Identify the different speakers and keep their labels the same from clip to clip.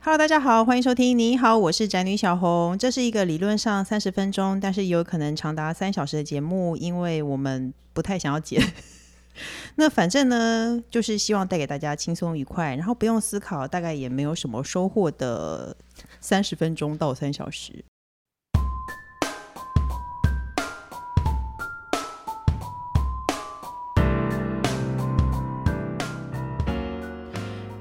Speaker 1: Hello，大家好，欢迎收听。你好，我是宅女小红。这是一个理论上三十分钟，但是也有可能长达三小时的节目，因为我们不太想要剪。 那反正呢，就是希望带给大家轻松愉快，然后不用思考，大概也没有什么收获的三十分钟到三小时。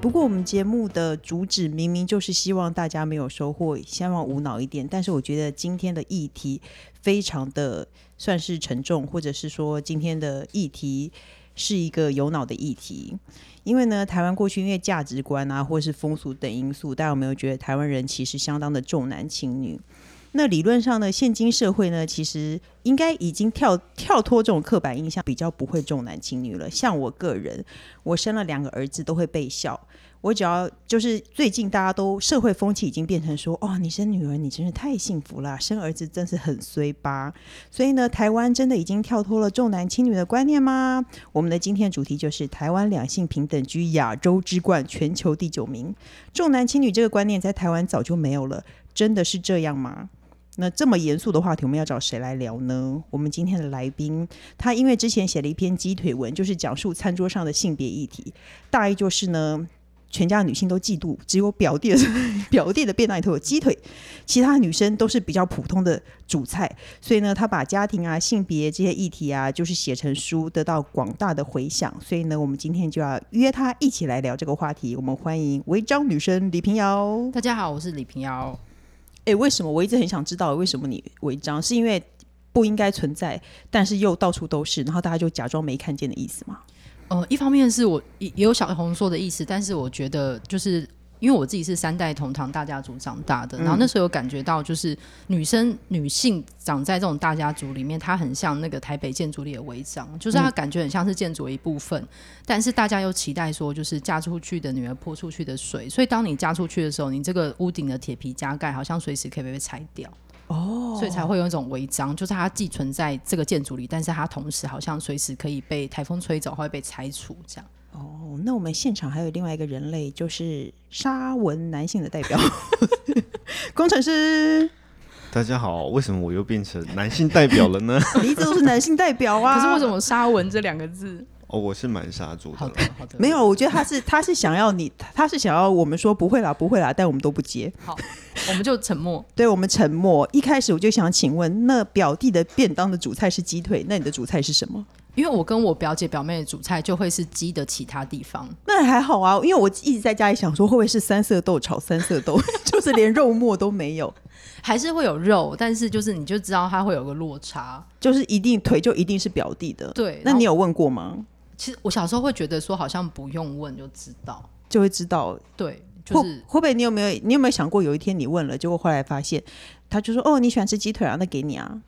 Speaker 1: 不过我们节目的主旨明明就是希望大家没有收获，希望无脑一点。但是我觉得今天的议题非常的呃算是沉重，或者是说今天的议题是一个有脑的议题。因为呢，台湾过去因为价值观啊，或是风俗等因素，大家有没有觉得台湾人其实相当的重男轻女？那理论上呢，现今社会呢，其实应该已经跳跳脱这种刻板印象，比较不会重男轻女了。像我个人，我生了两个儿子都会被笑，我只要就是最近大家都社会风气已经变成说，哦，你生女儿你真是太幸福了，生儿子真是很衰吧。所以呢，台湾真的已经跳脱了重男轻女的观念吗？我们的今天主题就是台湾两性平等居亚洲之冠，全球第九名。重男轻女这个观念在台湾早就没有了，真的是这样吗？那这么严肃的话题，我们要找谁来聊呢？我们今天的来宾，他因为之前写了一篇鸡腿文，就是讲述餐桌上的性别议题，大意就是呢，全家女性都嫉妒，只有表弟的 表弟的便当里头有鸡腿，其他女生都是比较普通的主菜，所以呢，他把家庭啊、性别这些议题啊，就是写成书，得到广大的回响。所以呢，我们今天就要约他一起来聊这个话题。我们欢迎违章女生李平遥。
Speaker 2: 大家好，我是李平遥。
Speaker 1: 哎、为什么我一直很想知道为什么你违章？是因为不应该存在，但是又到处都是，然后大家就假装没看见的意思吗？
Speaker 2: 呃，一方面是我也也有小红说的意思，但是我觉得就是因为我自己是三代同堂大家族长大的，然后那时候有感觉到，就是女生女性长在这种大家族里面，她很像那个台北建筑里的违章，就是她感觉很像是建筑的一部分，但是大家又期待说，就是嫁出去的女儿泼出去的水，所以当你嫁出去的时候，你这个屋顶的铁皮加盖好像随时可以被拆掉。哦，所以才会有一种违章，就是它既存在这个建筑里，但是它同时好像随时可以被台风吹走，会被拆除这样。
Speaker 1: 哦，那我们现场还有另外一个人类，就是沙文男性的代表， 工程师，
Speaker 3: 大家好，为什么我又变成男性代表 了呢？
Speaker 1: 你一直都是男性代表啊。
Speaker 2: 可是为什么“沙文”这两个字？
Speaker 3: 哦，我是蛮杀猪
Speaker 2: 好
Speaker 3: 的
Speaker 2: 的， 好的，
Speaker 1: 没有，我觉得他是他是想要你，他是想要我们说不会啦，不会啦，但我们都不接，
Speaker 2: 好， 我们就沉默。
Speaker 1: 对我们沉默。一开始我就想请问，那表弟的便当的主菜是鸡腿，那你的主菜是什么？
Speaker 2: 因为我跟我表姐表妹的主菜就会是鸡的其他地方，
Speaker 1: 那还好啊，因为我一直在家里想说，会不会是三色豆炒三色 豆，就是连肉末都没有，
Speaker 2: 还是会有肉，但是就是你就知道它会有个落差。
Speaker 1: 就是一定腿就一定是表弟的。
Speaker 2: 对
Speaker 1: 那
Speaker 2: 然后
Speaker 1: 你有问过吗？
Speaker 2: 其实我小时候会觉得说好像不用问就知道，
Speaker 1: 就会知道，
Speaker 2: 对，就是
Speaker 1: 会会不会你有没有你有没有想过，有一天你问了，结果后来发现，他就说哦你喜欢吃鸡腿啊，那给你啊。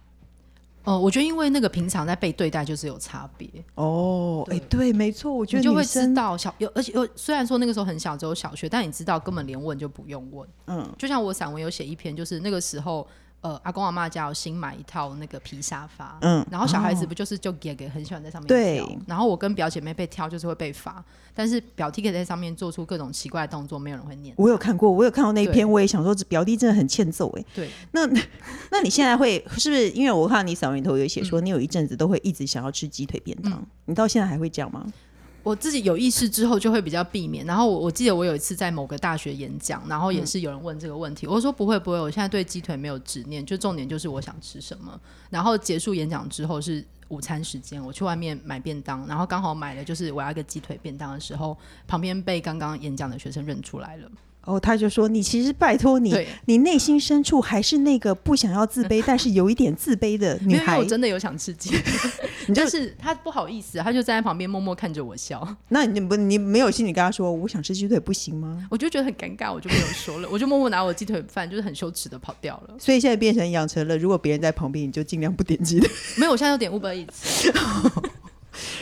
Speaker 2: 呃，我觉得因为那个平常在被对待就是有差别，
Speaker 1: 哦，哎、
Speaker 2: 对
Speaker 1: 对，没错，我觉
Speaker 2: 你
Speaker 1: 得
Speaker 2: 就
Speaker 1: 女
Speaker 2: 会知
Speaker 1: 生
Speaker 2: 道小有，而且有虽然说那个时候很小，只有小学，但你知道根本连问就不用问。
Speaker 1: 嗯
Speaker 2: 嗯，就像我散文有写一篇，就是那个时候，呃，阿公阿妈家有新买一套那个皮沙发，
Speaker 1: 嗯
Speaker 2: 嗯，然后小孩子不就是就给给很喜欢在上面
Speaker 1: 对
Speaker 2: 挑，然后我跟表姐妹被挑就是会被罚，但是表弟可以在上面做出各种奇怪的动作，没有人会念。
Speaker 1: 我有看过，我有看到那一篇，
Speaker 2: 对
Speaker 1: 我也想说，这表弟真的很欠揍哎、
Speaker 2: 对，
Speaker 1: 那 那你现在会是不是？因为我看你散文里头有写
Speaker 2: 嗯
Speaker 1: 说，你有一阵子都会一直想要吃鸡腿便当，你到现在还会这样吗？
Speaker 2: 我自己有意识之后就会比较避免。然后我我记得我有一次在某个大学演讲，然后也是有人问这个问题，我说不会不会，我现在对鸡腿没有执念，就重点就是我想吃什么。然后结束演讲之后是午餐时间，我去外面买便当，然后刚好买了就是我要一个鸡腿便当的时候，旁边被刚刚演讲的学生认出来了。
Speaker 1: 哦，他就说你其实拜托你，
Speaker 2: 对，
Speaker 1: 你内心深处还是那个不想要自卑，但是有一点自卑 的
Speaker 2: 因
Speaker 1: 女
Speaker 2: 为因为
Speaker 1: 孩
Speaker 2: 我。真的有想吃鸡腿，
Speaker 1: 你就
Speaker 2: 但是他不好意思，他就站在旁边默默看着我笑，
Speaker 1: 那你不你没有心里跟她说我想吃鸡腿不行吗？
Speaker 2: 我就觉得很尴尬，我就没有说了，我就默默拿我的鸡腿饭，就是很羞耻的跑掉了。
Speaker 1: 所以现在变 成养成了，如果别人在旁边，你就尽量不点鸡腿。
Speaker 2: 没有，我现在有点 Uber Eats。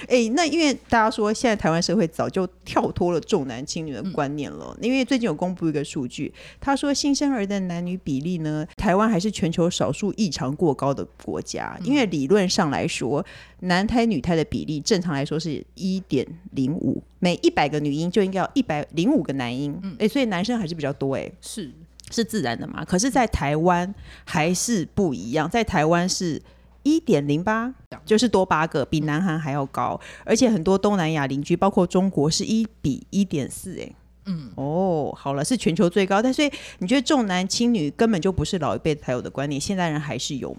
Speaker 1: 哎、那因为大家说现在台湾社会早就跳脱了重男轻女的观念了，因为最近有公布一个数据，他说新生儿的男女比例呢，台湾还是全球少数异常过高的国家，因为理论上来说，男胎女胎的比例正常来说是一点零五，每一百个女婴就应该有一百零五个男婴，哎、所以男生还是比较多哎、
Speaker 2: 是
Speaker 1: 是自然的嘛。可是，在台湾还是不一样，在台湾是。一点零八就是多八个，比南韩还要高，而且很多东南亚邻居，包括中国，是一比一点四，哎，嗯，哦，好了，是全球最高。但所以你觉得重男轻女根本就不是老一辈才有的观念，现代人还是有，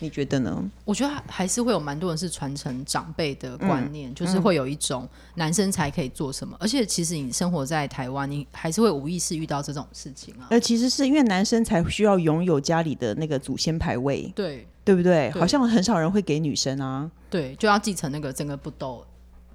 Speaker 1: 你觉得呢？
Speaker 2: 我觉得还还是会有蛮多人是传承长辈的观念，就是会有一种男生才可以做什么，而且其实你生活在台湾，你还是会无意识遇到这种事情啊。
Speaker 1: 呃，其实是因为男生才需要拥有家里的那个祖先牌位，
Speaker 2: 对
Speaker 1: 对不对？
Speaker 2: 对
Speaker 1: 好像很少人会给女生啊，
Speaker 2: 对，就要继承那个整个不斗，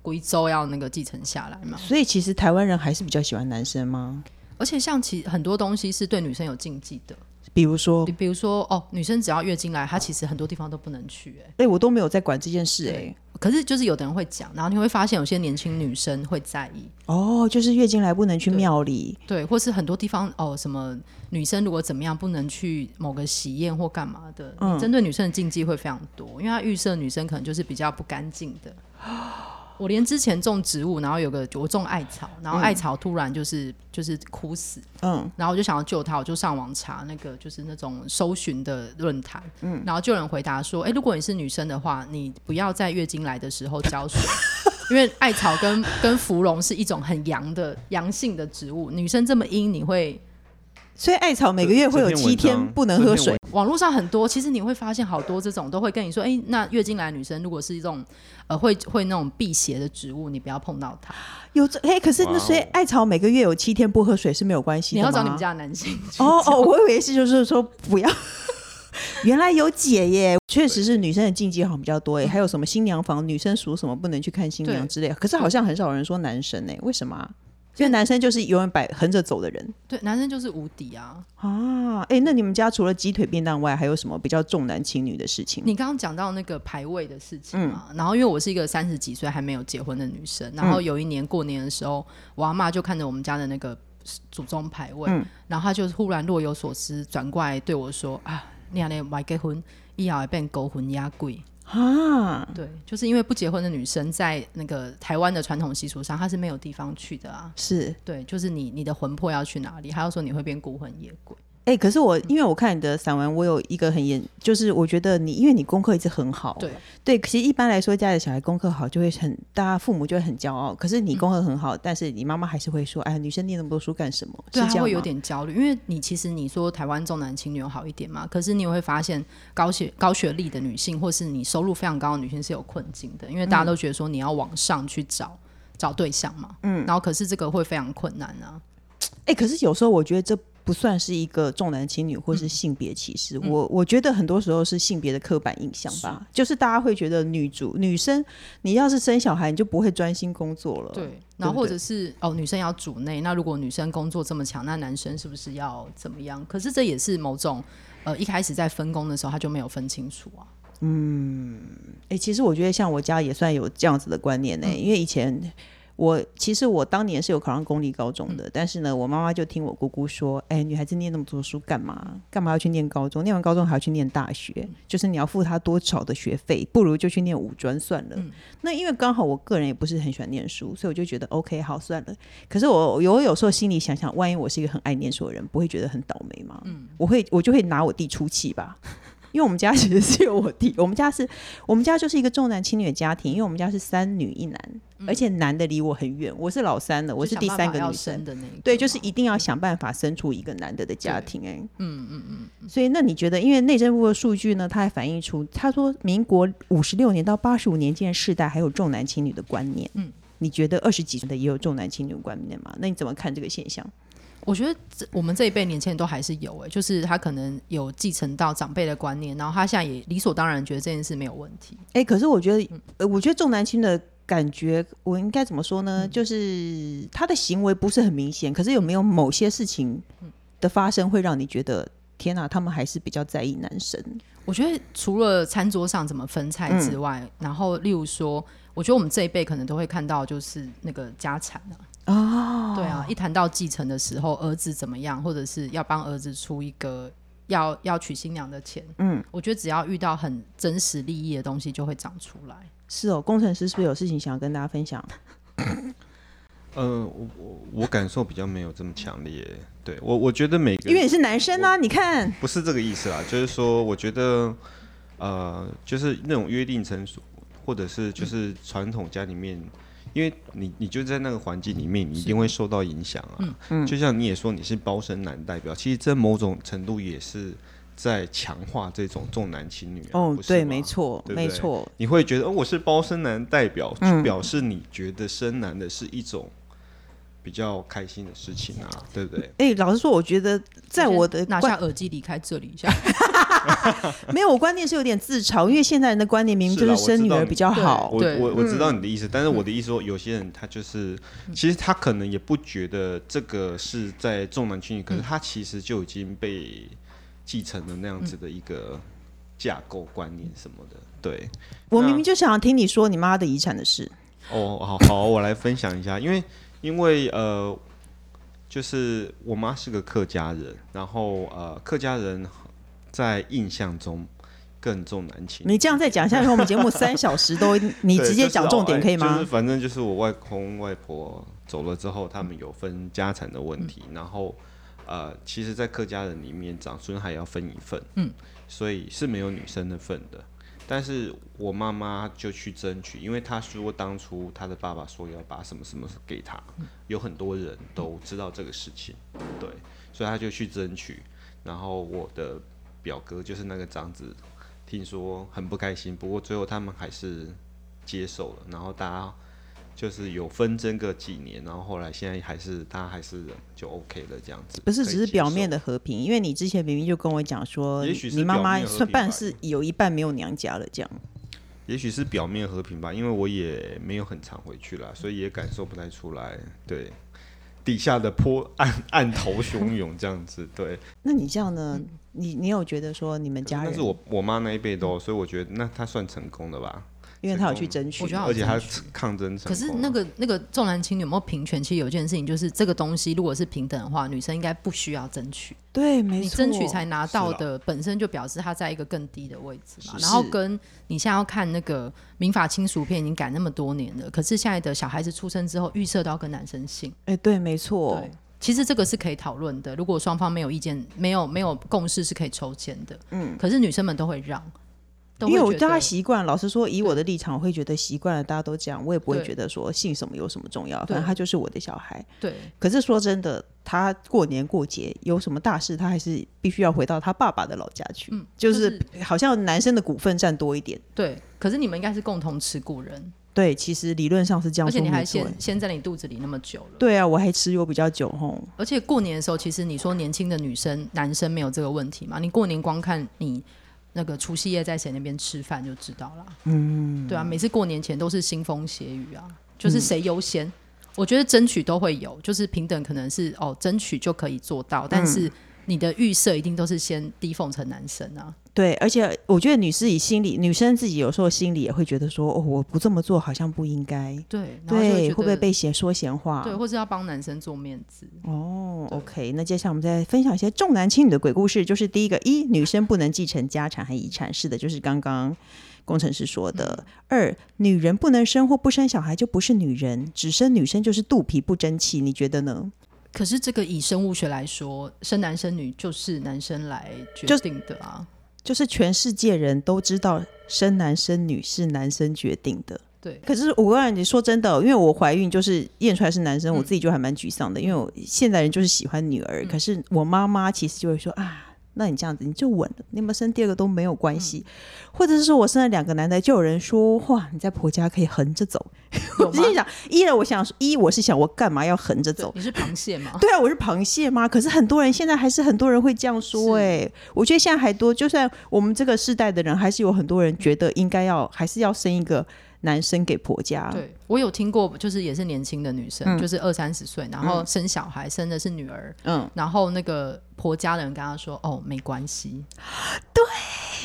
Speaker 2: 贵州要那个继承下来嘛。
Speaker 1: 所以其实台湾人还是比较喜欢男生吗？
Speaker 2: 而且像其很多东西是对女生有禁忌的，
Speaker 1: 比如说
Speaker 2: 你比如说哦，女生只要月经来，她其实很多地方都不能去、欸，
Speaker 1: 哎、我都没有在管这件事哎、
Speaker 2: 对可是就是有的人会讲，然后你会发现有些年轻女生会在意，
Speaker 1: 哦，就是月经来不能去庙里，
Speaker 2: 对，或是很多地方哦，什么女生如果怎么样不能去某个喜宴或干嘛的，
Speaker 1: 嗯
Speaker 2: 你针对女生的禁忌会非常多，因为她预设女生可能就是比较不干净的。我连之前种植物，然后有个我种艾草，然后艾草突然就是、就是枯死，
Speaker 1: 嗯，
Speaker 2: 然后我就想要救他，我就上网查那个就是那种搜寻的论坛，嗯，然后就有人回答说，哎，如果你是女生的话，你不要在月经来的时候浇水， 因为艾草跟跟芙蓉是一种很阳的阳性的植物，女生这么阴，你会
Speaker 1: 所以艾草每个月会有
Speaker 3: 这篇
Speaker 1: 七
Speaker 3: 文章
Speaker 1: 天不能喝
Speaker 3: 这篇
Speaker 1: 水
Speaker 3: 文，
Speaker 2: 网络上很多，其实你会发现好多这种都会跟你说，哎，那月经来的女生如果是一种呃会会那种辟邪的植物，你不要碰到它，
Speaker 1: 有这哎、可是那
Speaker 3: 哇哦
Speaker 1: 所以艾草每个月有七天不喝水是没有关系
Speaker 2: 你
Speaker 1: 的吗
Speaker 2: 要找你们家的男性去
Speaker 1: 哦
Speaker 2: 讲
Speaker 1: 哦，我以为是就是说不要。 原来有解耶，确实是女生的禁忌好像比较多耶。还有什么新娘房，女生属什么不能去看新娘
Speaker 2: 嗯对
Speaker 1: 之类的。可是好像很少人说男生哎，为什么、啊？因为男生就是永远摆横着走的 人
Speaker 2: 对，男生就是无敌啊，
Speaker 1: 啊。哎，那你们家除了鸡腿便当外，还有什么比较重男轻女的事情？
Speaker 2: 你刚刚讲到那个排位的事情嘛，然后因为我是一个三十几岁还没有结婚的女生，然后有一年过年的时候，我阿妈就看着我们家的那个祖宗牌位，
Speaker 1: 嗯
Speaker 2: 然后她就忽然若有所思，转过来对我说：“啊，你阿那买结婚，以后会变狗魂压鬼。
Speaker 1: 啊，”
Speaker 2: 对，就是因为不结婚的女生在那个台湾的传统习俗上，她是没有地方去的啊。
Speaker 1: 是
Speaker 2: 对，就是你你的魂魄要去哪里？她又说你会变孤魂野鬼。
Speaker 1: 哎、可是我
Speaker 2: 嗯
Speaker 1: 因为我看你的散文，我有一个很严，就是我觉得你因为你功课一直很好，
Speaker 2: 对
Speaker 1: 对，其实一般来说家里小孩功课好就会很，大家父母就会很骄傲。可是
Speaker 2: 嗯
Speaker 1: 你功课很好，但是你妈妈还是会说，哎，女生念那么多书干什么？
Speaker 2: 对，
Speaker 1: 是这
Speaker 2: 他
Speaker 1: 样
Speaker 2: 会有
Speaker 1: 吗
Speaker 2: 点焦虑，因为你其实你说台湾重男轻女有好一点嘛，可是你也会发现高学高学历的女性，或是你收入非常高的女性是有困境的，因为大家都觉得说你要往上去找、找对象嘛，嗯，然后可是这个会非常困难啊，
Speaker 1: 哎、可是有时候我觉得这不算是一个重男轻女或
Speaker 2: 嗯
Speaker 1: 是性别歧视，我我觉得很多时候是性别的刻板印象吧，就是大家会觉得女主女生，你要是生小孩，你就不会专心工作了。
Speaker 2: 对，然后
Speaker 1: 对
Speaker 2: 或者是哦，女生要主内，那如果女生工作这么强，那男生是不是要怎么样？可是这也是某种呃一开始在分工的时候他就没有分清楚啊，
Speaker 1: 哎、其实我觉得像我家也算有这样子的观念呢、因为以前我其实我当年是有考上公立高中的，但是呢，我妈妈就听我姑姑说，哎、女孩子念那么多书干嘛？干嘛要去念高中？念完高中还要去念大学，就是你要付她多少的学费，不如就去念五专算了。那因为刚好我个人也不是很喜欢念书，所以我就觉得 OK 好算了。可是我有有时候心里想想，万一我是一个很爱念书的人，不会觉得很倒霉吗？
Speaker 2: 嗯
Speaker 1: 我会我就会拿我弟出气吧。 因为我们家其实是有我弟，我们家是我们家就是一个重男轻女的家庭，因为我们家是三女一男，而且男的离我很远，我是老三的，我是
Speaker 2: 嗯就想
Speaker 1: 第
Speaker 2: 办
Speaker 1: 三
Speaker 2: 法
Speaker 1: 个
Speaker 2: 要
Speaker 1: 女
Speaker 2: 生
Speaker 1: 生。
Speaker 2: 的那一个
Speaker 1: 对，就是
Speaker 2: 嘛
Speaker 1: 一定要想办法生出一个男的的家
Speaker 2: 对
Speaker 1: 庭、哎，嗯嗯嗯。所以，那你觉得，因为内政部的数据呢，它还反映出，他说民国五十六年到八十五年间世代还有重男轻女的观念。嗯，你觉得二十几岁的也有重男轻女的观念吗？那你怎么看这个现象？
Speaker 2: 我觉得这我们这一辈年轻人都还是有哎、就是他可能有继承到长辈的观念，然后他现在也理所当然觉得这件事没有问题。
Speaker 1: 哎、可是我觉得，呃，我觉得重男轻的感觉，我应该怎么说呢？就是嗯他的行为不是很明显，可是有没有某些事情的发生会让你觉得天哪、他们还是比较在意男生。
Speaker 2: 我觉得除了餐桌上怎么分菜之外，
Speaker 1: 嗯
Speaker 2: 然后例如说，我觉得我们这一辈可能都会看到就是那个家产啊，哦，对啊，一谈到继承的时候，儿子怎么样，或者是要帮儿子出一个要要娶新娘的钱，嗯，我觉得只要遇到很真实利益的东西，就会长出来。
Speaker 1: 是哦，工程师是不是有事情想要跟大家分享？
Speaker 3: 呃，我我我感受比较没有这么强烈，对我我觉得每个
Speaker 1: 因为你是男生啊，你看，
Speaker 3: 不是这个意思啦，就是说，我觉得，呃，就是那种约定成熟，或者是就是传统家里面，因为你你就在那个环境里面，你一定会受到影响啊。
Speaker 1: 嗯
Speaker 3: 就像你也说你是包身男代表，其实这某种程度也是在强化这种重男轻女、啊。
Speaker 1: 哦
Speaker 3: 不，是
Speaker 1: 对，
Speaker 3: 吗
Speaker 1: 没。错，
Speaker 3: 对不
Speaker 1: 没
Speaker 3: 对
Speaker 1: 错，
Speaker 3: 你会觉得，哦，我是包生男代表，就表示你觉得生男的是一种比较开心的事情啊，对不对？
Speaker 1: 哎、老实说，我觉得在我的
Speaker 2: 先拿
Speaker 1: 观
Speaker 2: 下耳机离开这里一下，
Speaker 1: 没有我观念是有点自嘲，因为现在人的观念明明
Speaker 3: 是
Speaker 1: 就
Speaker 3: 啦
Speaker 1: 是生
Speaker 3: 我知
Speaker 1: 女
Speaker 3: 道
Speaker 1: 儿
Speaker 3: 你
Speaker 1: 比较好，
Speaker 3: 我
Speaker 2: 对
Speaker 3: 我我知道你的意思，但是我的意思说，有些人他就是，其实他可能也不觉得这个是在重男轻女，可是他其实就已经被继承了那样子的一个架构观念什么的。对，
Speaker 1: 我明明就想要听你说你妈的遗产的事。
Speaker 3: 哦，好好，我来分享一下，因为因为呃，就是我妈是个客家人，然后呃，客家人在印象中更重男轻女。
Speaker 1: 你这样再讲下去，我们节目三小时 都你
Speaker 3: 对
Speaker 1: 直接
Speaker 3: 就是
Speaker 1: 讲重
Speaker 3: 老
Speaker 1: 点
Speaker 3: 哎
Speaker 1: 可以
Speaker 3: 就是
Speaker 1: 吗？
Speaker 3: 反正就是我外公外婆走了之后，他们有分家产的问题，
Speaker 1: 嗯
Speaker 3: 然后呃，其实，在客家人里面，长孙还要分一份，嗯，所以是没有女生的份的。但是我妈妈就去争取，因为她说当初她的爸爸说要把什么什么给她，
Speaker 1: 嗯
Speaker 3: 有很多人都知道这个事情，对，所以她就去争取。然后我的表哥就是那个长子，听说很不开心，不过最后他们还是接受了，然后大家就是有纷争个几年，然后后来现在还是大家还是就 OK 了这样子，
Speaker 1: 不是，只是表面
Speaker 3: 的。
Speaker 1: 的和平，因为你之前明明就跟我讲说，
Speaker 3: 也许是
Speaker 1: 你妈
Speaker 3: 表
Speaker 1: 妈
Speaker 3: 面和
Speaker 1: 算
Speaker 3: 平
Speaker 1: 半
Speaker 3: 吧嗯
Speaker 1: 是有一半没有娘家了，这样。
Speaker 3: 也许是表面和平吧，因为我也没有很常回去啦，所以也感受不太出来。对，底下的波暗暗头汹涌这样子，对。
Speaker 1: 那你这样呢？
Speaker 2: 嗯
Speaker 1: 你你有觉得说你们家
Speaker 3: 但
Speaker 1: 人
Speaker 3: 是，我我妈那一辈都，所以我觉得那她算成功的吧，
Speaker 1: 因为他有去争取
Speaker 2: 我觉，得好
Speaker 3: 而且她
Speaker 2: 争取
Speaker 3: 抗争成功。
Speaker 2: 可是那个那个重男轻女有没有平权？其实有一件事情就是，这个东西如果是平等的话，女生应该不需要争取。
Speaker 1: 对，没
Speaker 2: 你
Speaker 1: 错，啊
Speaker 2: 争取才拿到
Speaker 3: 是啦
Speaker 2: 的，本身就表示他在一个更低的位置嘛。
Speaker 1: 是
Speaker 2: 然后跟你现在要看那个民法亲属片，已经改那么多年了，可是现在的小孩子出生之后，预设都要跟男生姓。
Speaker 1: 哎，对，没错
Speaker 2: 对，，其实这个是可以讨论的，如果双方没有意见、没有没有共识，是可以抽签的。嗯，可是女生们都会让，都
Speaker 1: 因为我
Speaker 2: 会觉
Speaker 1: 大家
Speaker 2: 得。
Speaker 1: 习惯，老实说，以我的立场，我会觉得习惯了，大家都这样，我也不会
Speaker 2: 对
Speaker 1: 觉得说姓什么有什么重要，
Speaker 2: 对
Speaker 1: 反正他就是我的小孩。
Speaker 2: 对，
Speaker 1: 可是说真的，他过年过节有什么大事，他还是必须要回到他爸爸的老家去，就
Speaker 2: 嗯就是
Speaker 1: 是好像男生的股份占多一点。
Speaker 2: 对，可是你们应该是共同持股人，
Speaker 1: 对，其实理论上是这样
Speaker 2: 而且
Speaker 1: 说
Speaker 2: 你还
Speaker 1: 没错。
Speaker 2: 先先在你肚子里那么久了。
Speaker 1: 对啊，我还持有比较久吼。
Speaker 2: 而且过年的时候，其实你说年轻的女生、男生没有这个问题嘛？你过年光看你那个除夕夜在谁那边吃饭就知道了。嗯，对啊，每次过年前都是腥风血雨啊，就是
Speaker 1: 嗯
Speaker 2: 谁优先。我觉得争取都会有，就是平等可能是哦，争取就可以做到，但
Speaker 1: 嗯
Speaker 2: 是你的预设一定都是先低奉承男生啊。
Speaker 1: 对，而且我觉得女士以心理，女生自己有时候心里也会觉得说，哦，我不这么做好像不应该，
Speaker 2: 对，然后就
Speaker 1: 对，会
Speaker 2: 觉得
Speaker 1: 不会被嫌说闲话？
Speaker 2: 对，或是要帮男生做面子？
Speaker 1: 哦，OK，那接下来我们再分享一些重男轻女的鬼故事。就是第一个，一女生不能继承家产和遗产，是的，就是刚刚工程师说的。
Speaker 2: 嗯
Speaker 1: 二，女人不能生或不生小孩就不是女人，只生女生就是肚皮不争气，你觉得呢？
Speaker 2: 可是这个以生物学来说，生男生女就是男生来决
Speaker 1: 就
Speaker 2: 定的啊。
Speaker 1: 就是全世界人都知道生男生女是男生决定的。
Speaker 2: 对，
Speaker 1: 可是我跟你说真的哦，因为我怀孕就是验出来是男
Speaker 2: 嗯
Speaker 1: 生，我自己就还蛮沮丧的，因为我现在人就是喜欢女儿，可是我妈妈其实就会说啊。那你这样子你就稳了，你有没有生第二个都没有关系，
Speaker 2: 嗯
Speaker 1: 或者是说我生了两个男的，就有人说哇你在婆家可以横着走。
Speaker 2: 有
Speaker 1: 我
Speaker 2: 吗
Speaker 1: 心想，一呢我想一我是想我干嘛要横着
Speaker 2: 对
Speaker 1: 走？
Speaker 2: 你是螃蟹吗？
Speaker 1: 对啊，我是螃蟹吗？可是很多人现在还是很多人会这样说哎、我觉得现在还多，就算我们这个世代的人，还是有很多人觉得应该要还是要生一个男生给婆家。
Speaker 2: 对我有听过，就是也是年轻的女生，就是二三十岁，然后生小孩，生的是女儿，
Speaker 1: 嗯，
Speaker 2: 然后那个婆家的人跟她说：“哦，没 关系。”对，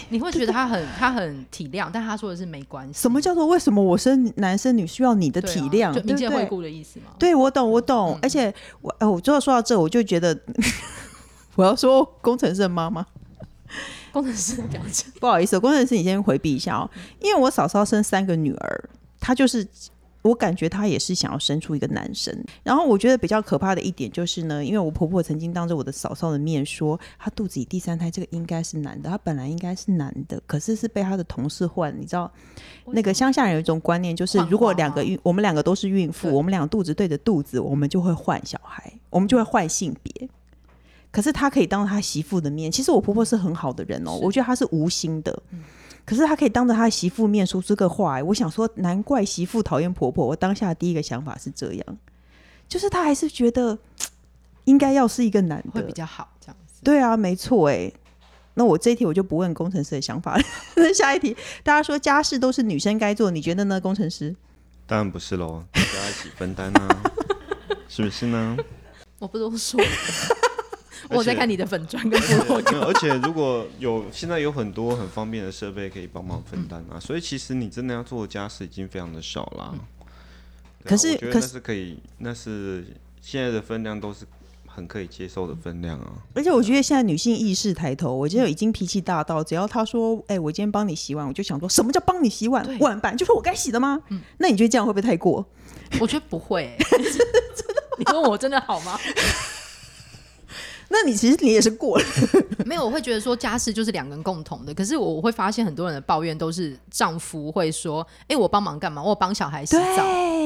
Speaker 2: 你会觉得她很她很体谅，但她说的是没关系。
Speaker 1: 什么叫做为什么我生男生女需要你的
Speaker 2: 对啊嗯
Speaker 1: 体谅？
Speaker 2: 就
Speaker 1: 对
Speaker 2: 民
Speaker 1: 不
Speaker 2: 间惠
Speaker 1: 对？
Speaker 2: 顾的意思吗？
Speaker 1: 对，我懂，我懂。而且我，哎、我最后说到这，我就觉得 我要说工程师的妈妈，
Speaker 2: 工程师的表情，
Speaker 1: 不好意思，工程师，你先回避一下哦，因为我嫂嫂生三个女儿，她就是。我感觉她也是想要生出一个男生，然后我觉得比较可怕的一点就是呢，因为我婆婆曾经当着我的嫂嫂的面说，她肚子里第三胎这个应该是男的，她本来应该是男的，可是是被她的同事换，你知道，那个乡下人有一种观念，就是
Speaker 2: 换
Speaker 1: 如果
Speaker 2: 花
Speaker 1: 两个
Speaker 2: 吗
Speaker 1: 孕，我们两个都是孕妇，
Speaker 2: 对
Speaker 1: 我们两个肚子对着肚子，我们就会换小孩，我们就会换性别。可是她可以当着她媳妇的面，其实我婆婆是很好的人哦，
Speaker 2: 是嗯
Speaker 1: 我觉得她是无心的，可是她可以当着她媳妇面说出这个话、哎我想说，难怪媳妇讨厌婆婆。我当下第一个想法是这样，就是她还是觉得应该要是一个男
Speaker 2: 会比
Speaker 1: 的。
Speaker 2: 较好这样子。
Speaker 1: 对啊，没错哎、那我这一题我就不问工程师的想法了。 那下一题，大家说家事都是女生该做，你觉得呢？工程师，
Speaker 3: 当然不是喽，大家一起分担啊，是不是呢？
Speaker 2: 我不都 说了，我有在看你的粉砖跟部落格。
Speaker 3: 没有，而且如果有现在有很多很方便的设备可以帮忙分担啊，所以其实你真的要做的家事已经非常的少啦。对啊
Speaker 1: 可是
Speaker 3: 我觉得
Speaker 1: 可
Speaker 3: 那
Speaker 1: 是
Speaker 3: 是可以，那是现在的分量都是很可以接受的分量啊。
Speaker 1: 而且我觉得现在女性意识抬头，我觉得已经脾气大到，只要她说：“哎、我今天帮你洗碗”，我就想说什么叫帮你洗碗？
Speaker 2: 对
Speaker 1: 碗板就是我该洗的吗？那你觉得这样会不会太过？
Speaker 2: 我觉得不会、 欸，你问我真的好吗？
Speaker 1: 那你其实你也是过了，
Speaker 2: 没有，我会觉得说家事就是两个人共同的。可是我我会发现很多人的抱怨都是丈夫会说：“哎、我帮忙干嘛？我有帮小孩洗澡。”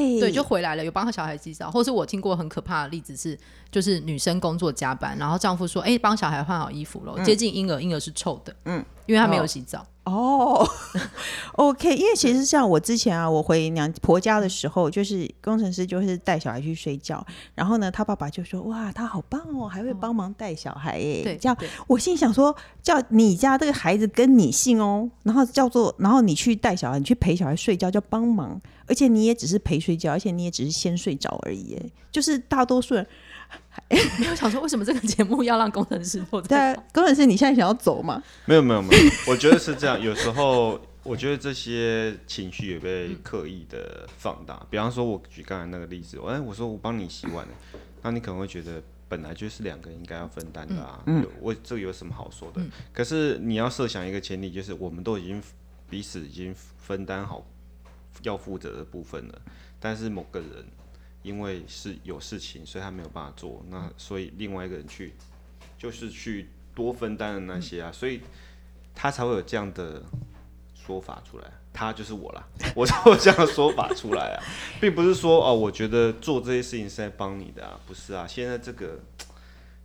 Speaker 1: 对
Speaker 2: 对，就回来了，有帮小孩洗澡，或是我听过很可怕的例子是，就是女生工作加班，然后丈夫说：“哎、帮小孩换好衣服
Speaker 1: 嗯
Speaker 2: 咯，接近婴儿，婴儿是臭的，嗯，因为他没有洗澡，
Speaker 1: 哦 ，OK，因为其实像我之前啊，我回娘婆家的时候，就是工程师就是带小孩去睡觉，然后呢，他爸爸就说：“哇，他好棒哦，还会帮忙带小孩耶。
Speaker 2: 嗯对，
Speaker 1: 这样
Speaker 2: 对
Speaker 1: 我心里想说，叫你家这个孩子跟你姓哦，然后叫做，然后你去带小孩，你去陪小孩睡觉叫帮忙，而且你也只是陪睡觉，而且你也只是先睡着而已耶，就是大多数人。
Speaker 2: 没有想说为什么这个节目要让工程师做这
Speaker 1: 但
Speaker 2: 个。
Speaker 1: 工程师，你现在想要走吗？
Speaker 3: 没有没有没有， 我觉得是这样。有时候我觉得这些情绪也被刻意的放大。比方说，我举刚才那个例子，哎，我说我帮你洗碗，那你可能会觉得本来就是两个人应该要分担的啊，有我这个有什么好说的？可是你要设想一个前提，就是我们都已经彼此已经分担好要负责的部分了，但是某个人。因为是有事情，所以他没有办法做，那所以另外一个人去，就是去多分担的那些啊，所以他才会有这样的说法出来。他就是我啦， 我才有这样的说法出来啊，并不是说哦，我觉得做这些事情是在帮你的啊，不是啊。现在这个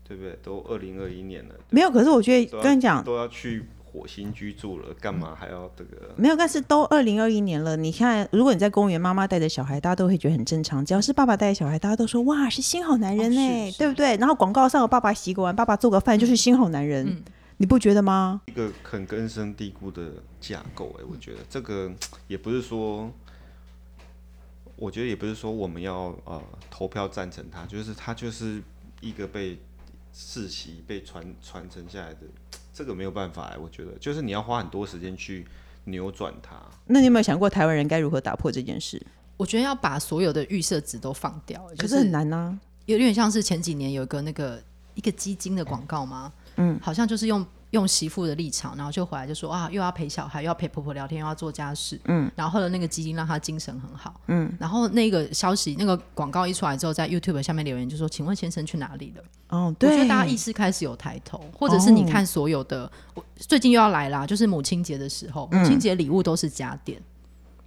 Speaker 3: 对不对？都二零二一年了，
Speaker 1: 没有，可是我觉
Speaker 3: 都
Speaker 1: 得
Speaker 3: 要
Speaker 1: 跟你讲，
Speaker 3: 都要去火星居住了，干嘛还要这个？
Speaker 1: 没有，但是都二零二一年了，你看，如果你在公园，妈妈带着小孩，大家都会觉得很正常；只要是爸爸带着小孩，大家都说哇，是新好男人呢、
Speaker 2: 哦
Speaker 3: 是是
Speaker 1: 对不对？然后广告上有爸爸洗个碗，爸爸做个饭，就是新好男人，你不觉得吗？
Speaker 3: 一个很根深蒂固的架构、哎，我觉得这个也不是说，我觉得也不是说我们要呃投票赞成它，就是它就是一个被世袭被传传承下来的，这个没有办法、哎，我觉得就是你要花很多时间去扭转它。
Speaker 1: 那你有没有想过台湾人该如何打破这件事？
Speaker 2: 我觉得要把所有的预设值都放掉，欸
Speaker 1: 可
Speaker 2: 就是
Speaker 1: 很难啊呐、
Speaker 2: 有点像是前几年有一个那个一个基金的广告吗？嗯，好像就是用用媳妇的立场，然后就回来就说啊，又要陪小孩，又要陪婆婆聊天，又要做家事，嗯，然后呢，那个基金让她精神很好，嗯，然后那个消息那个广告一出来之后，在 YouTube 下面留言就说，请问先生去哪里了？
Speaker 1: 哦，
Speaker 2: 我觉
Speaker 1: 对，
Speaker 2: 得大家意识开始有抬头，或者是你看所有的，我最近又要来啦，就是母亲节的时候，母亲节礼物都是家电。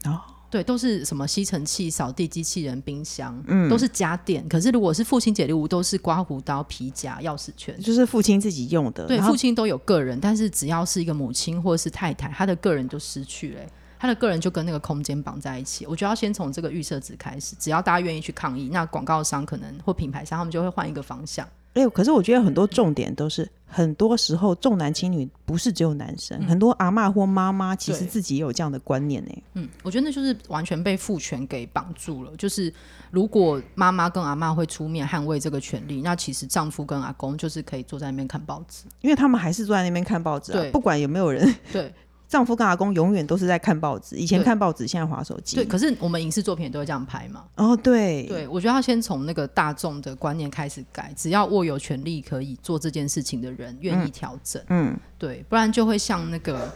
Speaker 1: 哦
Speaker 2: 对，都是什么吸尘器、扫地机器人、冰箱，
Speaker 1: 嗯
Speaker 2: 都是家电。可是如果是父亲节礼物，都是刮胡刀、皮夹、钥匙圈。
Speaker 1: 就是父亲自己用的，
Speaker 2: 对，
Speaker 1: 然后
Speaker 2: 父亲都有个人，但是只要是一个母亲或是太太，她的个人就失去了欸、她的个人就跟那个空间绑在一起。我觉得要先从这个预设值开始，只要大家愿意去抗议，那广告商可能或品牌商他们就会换一个方向。
Speaker 1: 哎、可是我觉得很多重点都是，很多时候重男轻女不是只有男生，很多阿嬷或妈妈其实
Speaker 2: 嗯对
Speaker 1: 自己也有这样的观念呢、欸
Speaker 2: 嗯，我觉得那就是完全被父权给绑住了。就是如果妈妈跟阿嬷会出面捍卫这个权利，那其实丈夫跟阿公就是可以坐在那边看报纸。
Speaker 1: 因为他们还是坐在那边看报纸、啊
Speaker 2: 对，
Speaker 1: 不管有没有人，
Speaker 2: 对
Speaker 1: 丈夫跟阿公永远都是在看报纸，以前
Speaker 2: 对
Speaker 1: 看报纸，现在划手机。
Speaker 2: 对，可是我们影视作品也都会这样拍嘛。
Speaker 1: 哦，对，
Speaker 2: 对，我觉得要先从那个大众的观念开始改，只要握有权利可以做这件事情的人愿意调整，
Speaker 1: 嗯，
Speaker 2: 对，不然就会像那个，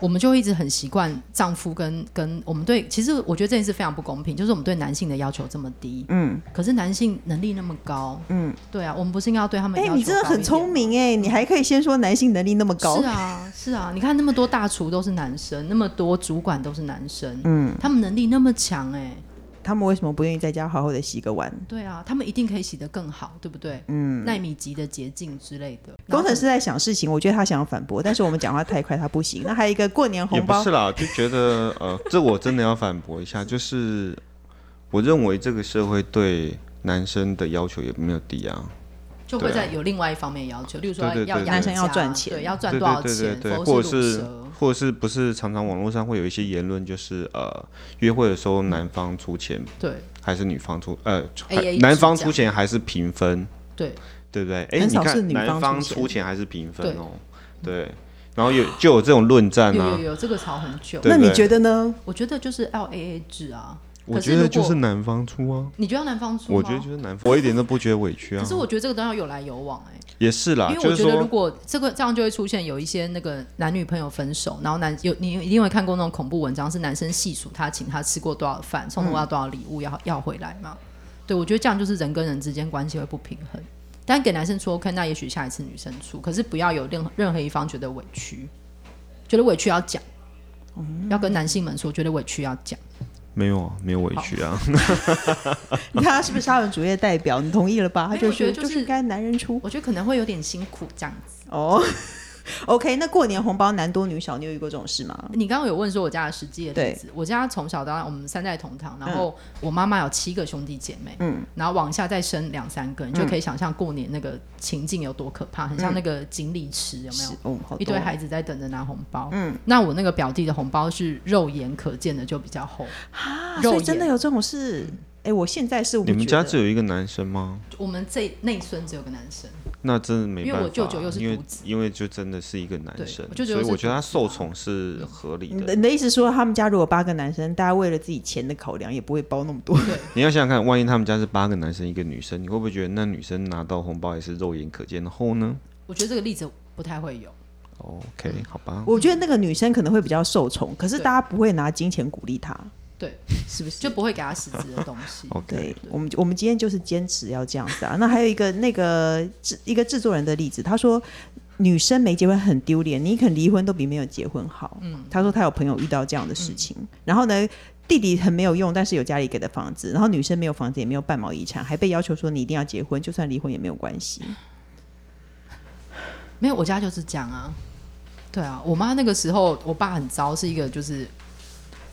Speaker 2: 我们就会一直很习惯丈夫跟跟我们对，其实我觉得这件事非常不公平，就是我们对男性的要求这么低，
Speaker 1: 嗯，
Speaker 2: 可是男性能力那么高，
Speaker 1: 嗯，
Speaker 2: 对啊，我们不是应该要对他们
Speaker 1: 哎、
Speaker 2: 要求
Speaker 1: 你真的
Speaker 2: 高一
Speaker 1: 很
Speaker 2: 点
Speaker 1: 聪
Speaker 2: 吗。
Speaker 1: 明哎、你还可以先说男性能力那么高
Speaker 2: 是，啊，是啊，你看那么多大厨都是男生，那么多主管都是男生，
Speaker 1: 嗯，
Speaker 2: 他们能力那么强、哎，
Speaker 1: 他们为什么不愿意在家好好的洗个碗？
Speaker 2: 对啊，他们一定可以洗得更好，对不对？嗯，纳米级的捷径之类的。
Speaker 1: 工程师在想事情，我觉得他想要反驳，但是我们讲话太快，他不行。那还有一个过年
Speaker 3: 也
Speaker 1: 红
Speaker 3: 不
Speaker 1: 包
Speaker 3: 是，啦，就觉得呃， 这我真的要反驳一下，就是我认为这个社会对男生的要求也没有低啊，
Speaker 2: 就会在有另外一方面的要求，例如说
Speaker 3: 对对对
Speaker 2: 要养
Speaker 3: 男
Speaker 1: 生
Speaker 2: 家
Speaker 1: 要赚钱
Speaker 2: 对，要赚
Speaker 3: 对
Speaker 2: 多少
Speaker 3: 对对
Speaker 2: 钱
Speaker 3: 对，对，
Speaker 2: 否
Speaker 3: 或
Speaker 2: 则
Speaker 3: 者
Speaker 2: 是
Speaker 3: 是
Speaker 2: 乳蛇
Speaker 3: 或者是不是常常网络上会有一些言论，就是呃，约会的时候男方出钱
Speaker 2: 对
Speaker 3: 还是女方出呃，还
Speaker 2: AA
Speaker 3: 男
Speaker 2: 制
Speaker 3: 方
Speaker 2: 这
Speaker 3: 出
Speaker 2: 样
Speaker 3: 钱还是平分，
Speaker 2: 对，
Speaker 3: 对不对？哎，
Speaker 1: 很
Speaker 3: 你
Speaker 1: 少是
Speaker 3: 看
Speaker 1: 女
Speaker 3: 男
Speaker 1: 方
Speaker 3: 方
Speaker 1: 出
Speaker 3: 出
Speaker 1: 钱
Speaker 3: 钱还是平分
Speaker 2: 对
Speaker 3: 哦，对，然后有就有这种论战
Speaker 2: 有
Speaker 3: 啊
Speaker 2: 有，有这个吵很久。
Speaker 3: 对
Speaker 1: 那
Speaker 3: 不
Speaker 1: 你
Speaker 3: 对
Speaker 1: 觉得呢？
Speaker 2: 我觉得就是要 AA 制啊，
Speaker 3: 我
Speaker 2: 可是
Speaker 3: 觉
Speaker 2: 如
Speaker 3: 得
Speaker 2: 果
Speaker 3: 就是男方出啊。
Speaker 2: 你觉得要男方出吗？
Speaker 3: 我觉得就是男方，我一点都不觉得委屈啊
Speaker 2: 可。是我觉得这个都要有来有往哎、
Speaker 3: 也是啦，
Speaker 2: 因为
Speaker 3: 啊就
Speaker 2: 我
Speaker 3: 是
Speaker 2: 觉得如
Speaker 3: 说，
Speaker 2: 果这个这样就会出现有一些那个男女朋友分手，然后男有你一定会看过那种恐怖文章，是男生细数他请他吃过多少饭，送
Speaker 3: 嗯
Speaker 2: 过他多少礼物要、要回来嘛？对，我觉得这样就是人跟人之间关系会不平衡。但给男生出 OK，那也许下一次女生出，可是不要有任何任何一方觉得委屈，觉得委屈要讲，
Speaker 3: 嗯
Speaker 2: 要跟男性们说觉得委屈要讲。
Speaker 3: 没有啊，没有委屈啊。
Speaker 1: 你看他是不是沙文主义的代表？你同意了吧？他
Speaker 2: 没有
Speaker 1: 就
Speaker 2: 我
Speaker 1: 是
Speaker 2: 觉得就
Speaker 1: 就是
Speaker 2: 是
Speaker 1: 应该男人出
Speaker 2: 我觉得可能会有点辛苦这样子。
Speaker 1: 哦。OK，那过年红包男多女少，你有遇过这种事吗？
Speaker 2: 你刚刚有问说我家的实际的例子，我家从小到大我们三代同堂，然
Speaker 1: 嗯
Speaker 2: 后我妈妈有七个兄弟姐妹，嗯，然后往下再生两三个，
Speaker 1: 嗯
Speaker 2: 你就可以想象过年那个情境有多可怕，很像那个锦鲤池有没有
Speaker 1: 是？哦，好多
Speaker 2: 一堆孩子在等着拿红包，嗯，那我那个表弟的红包是肉眼可见的，就比较厚。
Speaker 1: 啊，
Speaker 2: 肉
Speaker 1: 所以真的
Speaker 2: 眼
Speaker 1: 有这种事。
Speaker 2: 嗯
Speaker 1: 哎、我现在是我
Speaker 3: 你们
Speaker 1: 觉
Speaker 3: 家
Speaker 1: 得
Speaker 3: 只有一个男生吗？
Speaker 2: 我们这内孙只有个男生，
Speaker 3: 那真的没办法啊，
Speaker 2: 因为我舅舅又是
Speaker 3: 因为
Speaker 2: 独子
Speaker 3: 因为就真的是一个男
Speaker 2: 对
Speaker 3: 生
Speaker 2: 我，舅舅
Speaker 3: 所以
Speaker 2: 又是
Speaker 3: 我觉得他
Speaker 2: 独子啊嗯
Speaker 3: 受宠是合理
Speaker 1: 你
Speaker 3: 的
Speaker 1: 的。你的意思说，他们家如果八个男生，大家为了自己钱的考量，也不会包那么多。
Speaker 3: 你要想想看，万一他们家是八个男生一个女生，你会不会觉得那女生拿到红包也是肉眼可见的厚呢
Speaker 2: 我觉得这个例子不太会有。
Speaker 3: ？OK，好吧，
Speaker 1: 我觉得那个女生可能会比较受宠，可是
Speaker 2: 对
Speaker 1: 大家不会拿金钱鼓励她，
Speaker 2: 对，
Speaker 1: 是不是？
Speaker 2: 就不会给他实质的东西。
Speaker 3: OK
Speaker 1: 对我们，我们今天就是坚持要这样子啊。那还有一个那个制一个制作人的例子，他说女生没结婚很丢脸，你肯离婚都比没有结婚好。嗯，他说他有朋友遇到这样的事情，然后呢，弟弟很没有用，但是有家里给的房子，然后女生没有房子也没有半毛遗产，还被要求说你一定要结婚，就算离婚也没有关系。
Speaker 2: 没有，我家就是这样啊。对啊，我妈那个时候，我爸很糟，是一个就是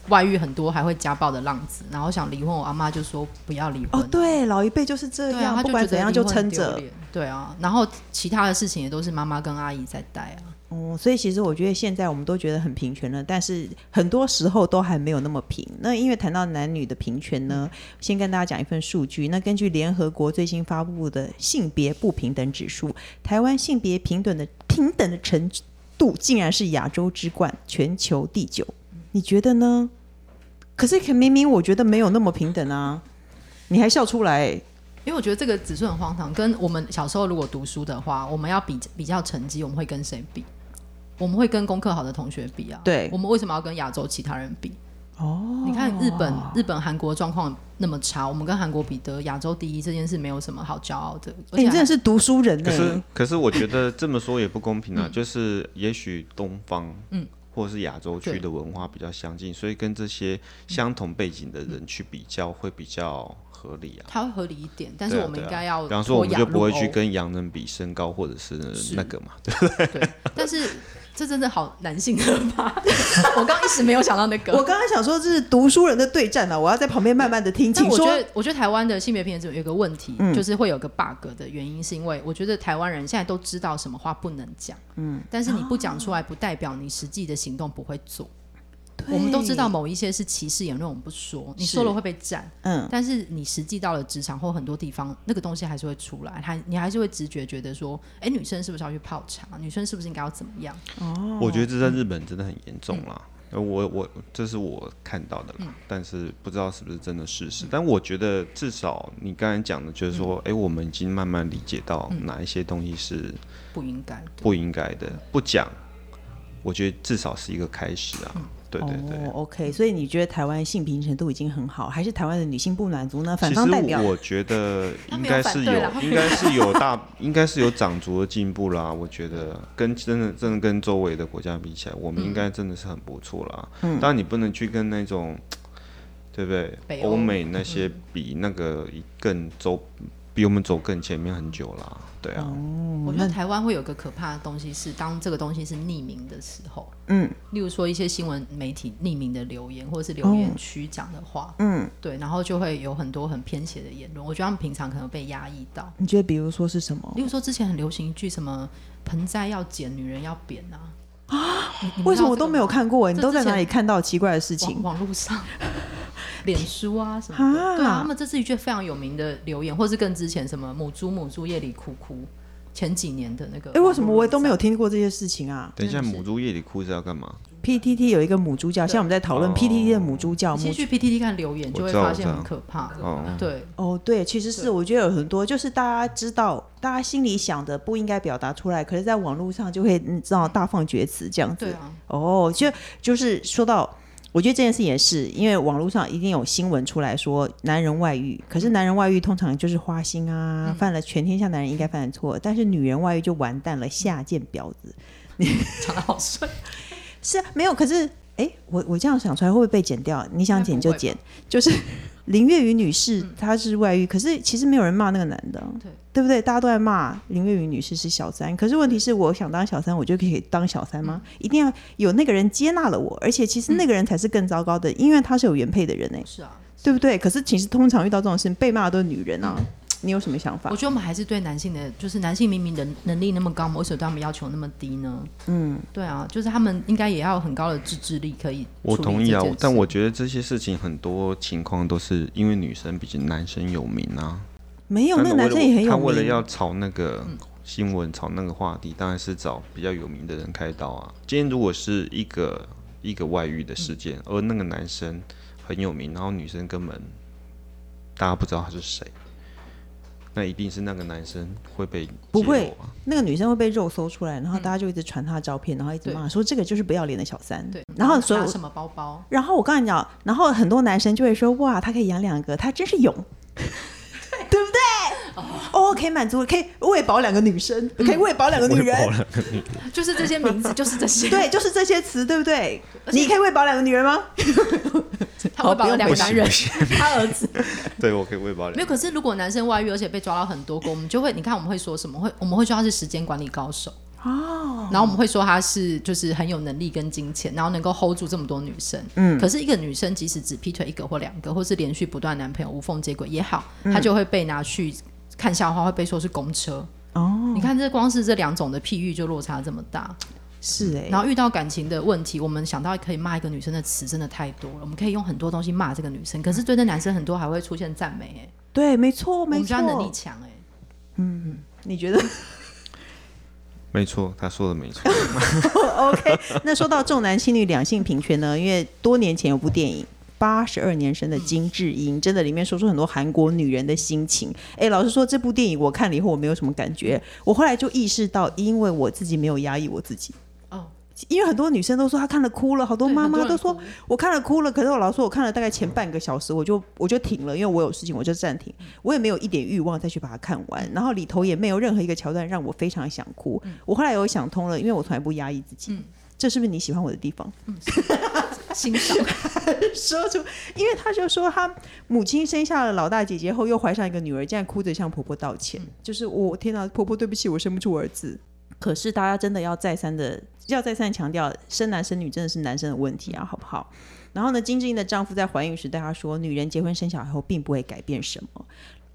Speaker 2: 外遇很多还会家暴的浪子，然后想离婚，我阿妈就说不要离婚。
Speaker 1: 哦，对，老一辈就是这
Speaker 2: 对
Speaker 1: 样，
Speaker 2: 啊，她
Speaker 1: 不
Speaker 2: 就
Speaker 1: 管
Speaker 2: 觉
Speaker 1: 怎
Speaker 2: 得
Speaker 1: 样
Speaker 2: 离
Speaker 1: 就
Speaker 2: 婚
Speaker 1: 撑
Speaker 2: 很丢
Speaker 1: 着。
Speaker 2: 脸。对啊，然后其他的事情也都是妈妈跟阿姨在带啊。
Speaker 1: 哦、所以其实我觉得现在我们都觉得很平权了，但是很多时候都还没有那么平。那因为谈到男女的平权呢，
Speaker 2: 嗯
Speaker 1: 先跟大家讲一份数据。那根据联合国最新发布的性别不平等指数，台湾性别平等的平等的程度竟然是亚洲之冠，全球第九。你觉得呢？可是可明明我觉得没有那么平等啊，你还笑出来、
Speaker 2: 因为我觉得这个指数很荒唐，跟我们小时候如果读书的话，我们要比比较成绩，我们会跟谁比？我们会跟功课好的同学比啊。
Speaker 1: 对
Speaker 2: 我们为什么要跟亚洲其他人比？哦，你看日本、日本、韩国状况那么差，我们跟韩国比得亚洲第一这件事没有什么好骄傲的。而
Speaker 1: 哎你
Speaker 2: 且
Speaker 1: 真的
Speaker 2: 还
Speaker 1: 是读书人呢、
Speaker 3: 可是，可是我觉得这么说也不公平
Speaker 2: 嗯
Speaker 3: 啊。就是也许东方，嗯，或者是亚洲区
Speaker 2: 对
Speaker 3: 的文化比较相近，所以跟这些相同背景的人去比较会比较合理啊。
Speaker 2: 它会合理一点，但是
Speaker 3: 对啊
Speaker 2: 我们
Speaker 3: 对
Speaker 2: 应
Speaker 3: 啊
Speaker 2: 该要
Speaker 3: 比方说，我们
Speaker 2: 脱
Speaker 3: 就
Speaker 2: 亚
Speaker 3: 不会
Speaker 2: 入
Speaker 3: 去
Speaker 2: 欧
Speaker 3: 跟洋人比身高或者是那个嘛，对
Speaker 2: 对，但是这真的好男性的吧？ 我刚一时没有想到那个。
Speaker 1: 我刚刚想说，这是读书人的对战啊！我要在旁边慢慢的听，
Speaker 2: 但
Speaker 1: 请
Speaker 2: 我觉
Speaker 1: 说。
Speaker 2: 得，我觉得台湾的性别平等有一个问题，
Speaker 1: 嗯
Speaker 2: 就是会有个 bug 的原因，是因为我觉得台湾人现在都知道什么话不能讲，嗯，但是你不讲出来，不代表你实际的行动不会做。我们都知道某一些是歧视言论，我们不说，你说了会被占，
Speaker 1: 嗯，
Speaker 2: 但是你实际到了职场或很多地方，那个东西还是会出来，还你还是会直觉觉得说，哎，女生是不是要去泡茶？女生是不是应该要怎么样？
Speaker 3: 我觉得这在日本真的很严重啦。呃我我这是我看到的啦，但是不知道是不是真的事实。但我觉得至少你刚才讲的，就是说，哎、我们已经慢慢理解到哪一些东西是
Speaker 2: 不应该的。
Speaker 3: 不应该的，不讲，我觉得至少是一个开始啊。对对对。
Speaker 1: 哦，OK，所以你觉得台湾性平程度已经很好，还是台湾的女性不满足呢？
Speaker 3: 其
Speaker 1: 反
Speaker 3: 实
Speaker 1: 方代表，
Speaker 3: 我觉得
Speaker 2: 他
Speaker 3: 应
Speaker 2: 没有
Speaker 3: 该
Speaker 2: 反
Speaker 3: 是
Speaker 2: 对
Speaker 3: 有
Speaker 2: 啦他，
Speaker 3: 应
Speaker 2: 没有
Speaker 3: 该是有大，应该是有长足的进步啦。我觉得跟真的真的跟周围的国家比起来，我们应
Speaker 2: 嗯
Speaker 3: 该真的是很不错啦。当然你不能去跟那种，对不
Speaker 2: 北
Speaker 3: 对？
Speaker 2: 欧嗯
Speaker 3: 欧美那些比那个更走，比我们走更前面很久啦。对啊，
Speaker 1: 嗯
Speaker 2: 我觉得台湾会有个可怕的东西是，当这个东西是匿名的时候，
Speaker 1: 嗯，
Speaker 2: 例如说一些新闻媒体匿名的留言，或者是留言区讲的话，
Speaker 1: 嗯，
Speaker 2: 对，然后就会有很多很偏斜的言论。我觉得他们平常可能被压抑到，
Speaker 1: 你觉得比如说是什么
Speaker 2: 例？如说之前很流行一句什么“盆栽要剪，女人要扁” 啊，啊，
Speaker 1: 为什么我都没有看过、你
Speaker 2: 这
Speaker 1: 都在
Speaker 2: 之前
Speaker 1: 哪里看到奇怪的事情？
Speaker 2: 网网络上、 脸书啊什么的，
Speaker 1: 啊
Speaker 2: 对啊，他们这是一句非常有名的留言，或是更之前什么“母猪母猪夜里哭哭”，前几年的那个。
Speaker 1: 哎、为什么我都没有？听过这些事情啊
Speaker 3: 等一下
Speaker 2: 真的是
Speaker 3: 母猪夜里哭是要干嘛？
Speaker 1: ？PTT 有一个母猪教，像我们在讨论
Speaker 3: 哦
Speaker 1: PTT 的母猪教，
Speaker 2: 其
Speaker 1: 母
Speaker 2: 实去 PTT 看留言，就
Speaker 3: 我
Speaker 2: 会
Speaker 3: 知道
Speaker 2: 发
Speaker 3: 我
Speaker 2: 现
Speaker 3: 知道
Speaker 2: 很可怕。
Speaker 3: 哦，
Speaker 2: 对，
Speaker 1: 哦，对，其实是我觉得有很多，就是大家知道，大家心里想的不应该表达出来，可是在网络上就会你知道大放厥词这样子。
Speaker 2: 对啊，
Speaker 1: 哦，就就是说到，我觉得这件事也是，因为网络上一定有新闻出来说男人外遇，可是男人外遇通常就是花心啊，犯了全天下男人应该犯的错，但是女人外遇就完蛋了，下贱婊子。
Speaker 2: 讲的 好顺。
Speaker 1: 是啊，没有，可是哎，我我这样想出来会不会被剪掉？你想剪就剪，就是 林月雨女士她是外遇，可是其实没有人骂那个男的，
Speaker 2: 嗯对
Speaker 1: 对不对？大家都在骂林月雨女士是小三，可是问题是，我想当小三，我就可以当小三吗？
Speaker 2: 嗯
Speaker 1: 一定要有那个人接纳了我，而且其实那个人才是更糟糕的，因为他是有原配的人哎、
Speaker 2: 是啊，
Speaker 1: 对不对？可是其实通常遇到这种事情，被骂的都是女人啊，你有什么想法
Speaker 2: 嗯我？觉得我们还是对男性的，就是男性明明能能力那么高，我们为什么对他们要求那么低呢？嗯，对啊，就是他们应该也要有很高的自制力，可以
Speaker 3: 我
Speaker 2: 处理
Speaker 3: 同意啊
Speaker 2: 这件，事
Speaker 3: 但我觉得这些事情很多情况都是因为女生比男生有名啊。
Speaker 1: 没有，那
Speaker 3: 但
Speaker 1: 个
Speaker 3: 是
Speaker 1: 男生也很有
Speaker 3: 他为了
Speaker 1: 名。啊嗯
Speaker 3: 要炒那个新闻、炒那个话题，当然是找比较有名的人开刀啊。今天如果是一个一个外遇的事
Speaker 1: 嗯
Speaker 3: 件，而那个男生很有名，然后女生根本大家不知道他是谁，那一定是那个男生会被
Speaker 1: 不
Speaker 3: 揭
Speaker 1: 会
Speaker 3: 露啊。
Speaker 1: 那个女生会被肉搜出来，然后大家就一直传她的照片，然后一直骂说这个就是不要脸的小三。
Speaker 2: 对，
Speaker 1: 然后所以
Speaker 2: 拿
Speaker 1: 我
Speaker 2: 什么包包，
Speaker 1: 然后我跟你讲，然后很多男生就会说：“哇，他可以养两个，他真是勇，对不对？”哦，可以满足，可以喂饱两个女生，
Speaker 2: 嗯
Speaker 1: 可以喂饱两个女人，
Speaker 2: 就是这些名字，就是这 些。
Speaker 1: 对，就是这些词，对不对？
Speaker 2: 而且
Speaker 1: 你可以喂饱两个女人 吗？
Speaker 2: 他会
Speaker 1: 好
Speaker 2: 把
Speaker 1: 不用
Speaker 2: 两个
Speaker 1: 不
Speaker 2: 男
Speaker 3: 行
Speaker 2: 人
Speaker 3: 哦不行，
Speaker 2: 他儿子
Speaker 3: 对我可以喂饱
Speaker 2: 没有。
Speaker 3: 两个。
Speaker 2: 可是如果男生外遇，而且被抓到很多个，我们就会，你看我们会说什么？会我们会说他是时间管理高手。
Speaker 1: 哦，
Speaker 2: 然后我们会说她是就是很有能力跟金钱，然后能够 hold 住这么多女生。嗯，可是一个女生即使只劈腿一个或两个，或是连续不断男朋友无缝接轨也好，
Speaker 1: 嗯
Speaker 2: 她就会被拿去看笑话，会被说是公车。
Speaker 1: 哦，
Speaker 2: 你看这光是这两种的譬喻就落差这么大。
Speaker 1: 是哎、
Speaker 2: 然后遇到感情的问题，我们想到可以骂一个女生的词真的太多了，我们可以用很多东西骂这个女生，可是对那男生很多还会出现赞美、哎，
Speaker 1: 对，没错，
Speaker 2: 我
Speaker 1: 没
Speaker 2: 们觉
Speaker 1: 错
Speaker 2: 得，他能力强、哎。
Speaker 1: 你觉得
Speaker 3: 没错，他说的没 错。
Speaker 1: OK？那说到重男轻女、两性平权呢？因为多年前有部电影。八十二年生的金智英，真的里面说出很多韩国女人的心情。哎，老实说，这部电影我看了以后，我没有什么感觉。我后来就意识到，因为我自己没有压抑我自己。
Speaker 2: 哦，
Speaker 1: 因为很多女生都说她看了哭了，好多
Speaker 2: 对
Speaker 1: 妈
Speaker 2: 很多
Speaker 1: 妈都
Speaker 2: 人
Speaker 1: 说
Speaker 2: 哭
Speaker 1: 我看了哭了。可是我老实说，我看了大概前半个小时，我就我就停了，因为我有事情，我就暂停，
Speaker 2: 嗯
Speaker 1: 我也没有一点欲望再去把它看完。然后里头也没有任何一个桥段让我非常想哭。
Speaker 2: 嗯
Speaker 1: 我后来有想通了，因为我从来不压抑自己。这是不是你喜欢我的地方？
Speaker 2: 欣 赏
Speaker 1: 说出，因为他就说他母亲生下了老大姐姐
Speaker 2: 嗯
Speaker 1: 后，又怀上一个女儿，竟然哭着向婆婆道歉，就是我天哪，婆婆对不起，我生不出儿子。可是大家真的要再三的要再三地强调，生男生女真的是男生的问题
Speaker 2: 嗯
Speaker 1: 啊，好不好？然后呢，金智英的丈夫在怀孕时对她说，女人结婚生小孩后并不会改变什么。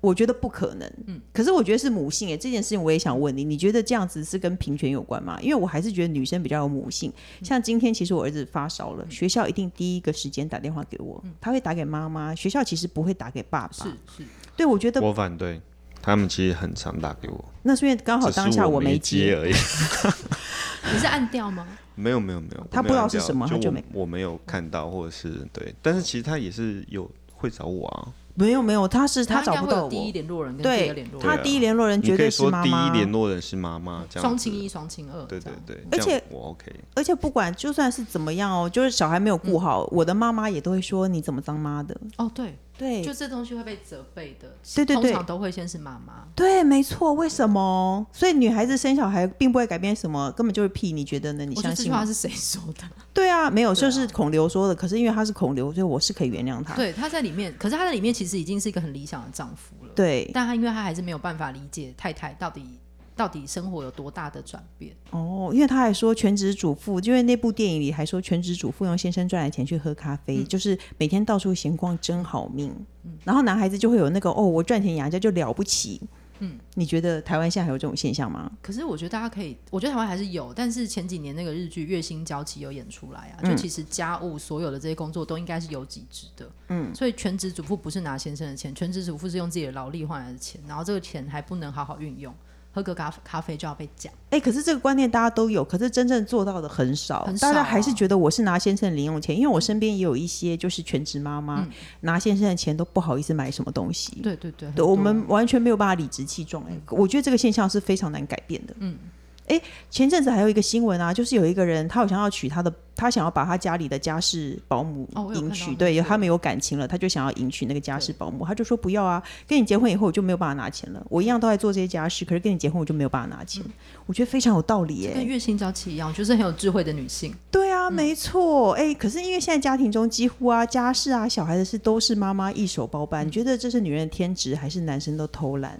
Speaker 1: 我觉得不可能，嗯，可是我觉得是母性诶、这件事情我也想问你，你觉得这样子是跟平权有关吗？因为我还是觉得女生比较有母性。
Speaker 2: 嗯
Speaker 1: 像今天其实我儿子发烧了，学校一定第一个时间打电话给我，他会打给妈妈，学校其实不会打给爸
Speaker 2: 嗯是
Speaker 1: 爸。
Speaker 2: 是，
Speaker 1: 对，我觉得
Speaker 3: 我反对，他们其实很常打给我，
Speaker 1: 那是因为刚好
Speaker 3: 只是
Speaker 1: 当下
Speaker 3: 我
Speaker 1: 没
Speaker 3: 接
Speaker 1: 接，
Speaker 3: 而已。
Speaker 2: 你是按掉吗？
Speaker 3: 没有没有没有，
Speaker 1: 他不
Speaker 3: 我
Speaker 1: 知
Speaker 3: 没有
Speaker 1: 道
Speaker 3: 按
Speaker 1: 是
Speaker 3: 掉
Speaker 1: 什么他
Speaker 3: 就
Speaker 1: 就
Speaker 3: 我
Speaker 1: 没
Speaker 3: 我没有看到，或者是对，但是其实他也是有会找我啊。
Speaker 1: 没有没有，他是他
Speaker 2: 应该
Speaker 1: 找不
Speaker 2: 会
Speaker 1: 到
Speaker 2: 有第一
Speaker 1: 我。
Speaker 2: 联络人跟第二
Speaker 1: 对
Speaker 2: 联，络
Speaker 1: 他
Speaker 2: 人，
Speaker 3: 对啊
Speaker 1: 第一联络人
Speaker 3: 你
Speaker 1: 绝
Speaker 3: 可以
Speaker 1: 对是
Speaker 3: 说
Speaker 1: 妈啊
Speaker 3: 第一
Speaker 1: 妈。
Speaker 3: 联络人是妈妈，这样
Speaker 2: 双
Speaker 3: 子
Speaker 2: 亲一、双亲二，
Speaker 3: 对
Speaker 2: 这
Speaker 3: 对
Speaker 2: 样
Speaker 3: 对，
Speaker 1: 而
Speaker 3: 这样
Speaker 1: 且
Speaker 3: 我 OK，
Speaker 1: 而且不管就算是怎么样哦，就是小孩没有顾
Speaker 3: 嗯
Speaker 1: 好，我的妈妈也都会说你怎么当妈的？
Speaker 2: 哦对，
Speaker 1: 对
Speaker 2: 就这东西会被责备的，
Speaker 1: 对对对
Speaker 2: 通常都会先是妈妈。
Speaker 1: 对，没错。为什么？所以女孩子生小孩并不会改变什么，根本就是屁。你觉得呢？你
Speaker 2: 我觉
Speaker 1: 相
Speaker 2: 得这句
Speaker 1: 信
Speaker 2: 话
Speaker 1: 吗？
Speaker 2: 是谁说 的？
Speaker 1: 对啊，没有，
Speaker 2: 对啊
Speaker 1: 就是孔刘说的。可是因为他是孔刘，所以我是可以原谅他。
Speaker 2: 对，他在里面，可是他在里面其实已经是一个很理想的丈夫了，
Speaker 1: 对，
Speaker 2: 但他因为他还是没有办法理解太太到底到底生活有多大的转变。
Speaker 1: 哦，因为他还说全职主妇，因为那部电影里还说全职主妇用先生赚来钱去喝咖
Speaker 2: 嗯
Speaker 1: 啡，就是每天到处闲逛，真好命。然后男孩子就会有那个哦，我赚钱养家就了不起。嗯，你觉得台湾现在还有这种现象吗？
Speaker 2: 可是我觉得大家可以，我觉得台湾还是有，但是前几年那个日剧《月薪娇妻》有演出来啊，就其实家务所有的这些工作都应该是有给职的，嗯，所以全职主妇不是拿先生的钱，全职主妇是用自己的劳力换来的钱，然后这个钱还不能好好运用，喝个咖咖啡就要被讲，
Speaker 1: 哎、可是这个观念大家都有，可是真正做到的很少，
Speaker 2: 很
Speaker 1: 大
Speaker 2: 少
Speaker 1: 家
Speaker 2: 啊
Speaker 1: 还是觉得我是拿先生的零用钱，因为我身边也有一些就是全职妈妈、
Speaker 2: 嗯
Speaker 1: 拿先生的钱都不好意思买什么东西。
Speaker 2: 对对对，很啊
Speaker 1: 对，
Speaker 2: 多
Speaker 1: 我们完全没有办法理直气壮、哎、我觉得这个现象是非常难改变的。嗯，哎、前阵子还有一个新闻啊，就是有一个人他好像要娶他的，他想要把他家里的家事保姆
Speaker 2: 哦我有
Speaker 1: 迎
Speaker 2: 看到
Speaker 1: 娶，
Speaker 2: 那
Speaker 1: 对，
Speaker 2: 个
Speaker 1: 他们有感情了，他就想要迎娶那个家事保姆，他就说不要啊，跟你结婚以后我就没有办法拿钱了，我一样都在做这些家事，可是跟你结婚我就没有办法拿
Speaker 2: 嗯
Speaker 1: 钱，我觉得非常有道理、哎。
Speaker 2: 跟月薪娇妻一样，就是很有智慧的女性，
Speaker 1: 对啊，
Speaker 2: 嗯
Speaker 1: 没错。哎、可是因为现在家庭中几乎啊家事啊小孩的事都是妈妈一手包
Speaker 2: 嗯
Speaker 1: 办，你觉得这是女人的天职，还是男生都偷懒？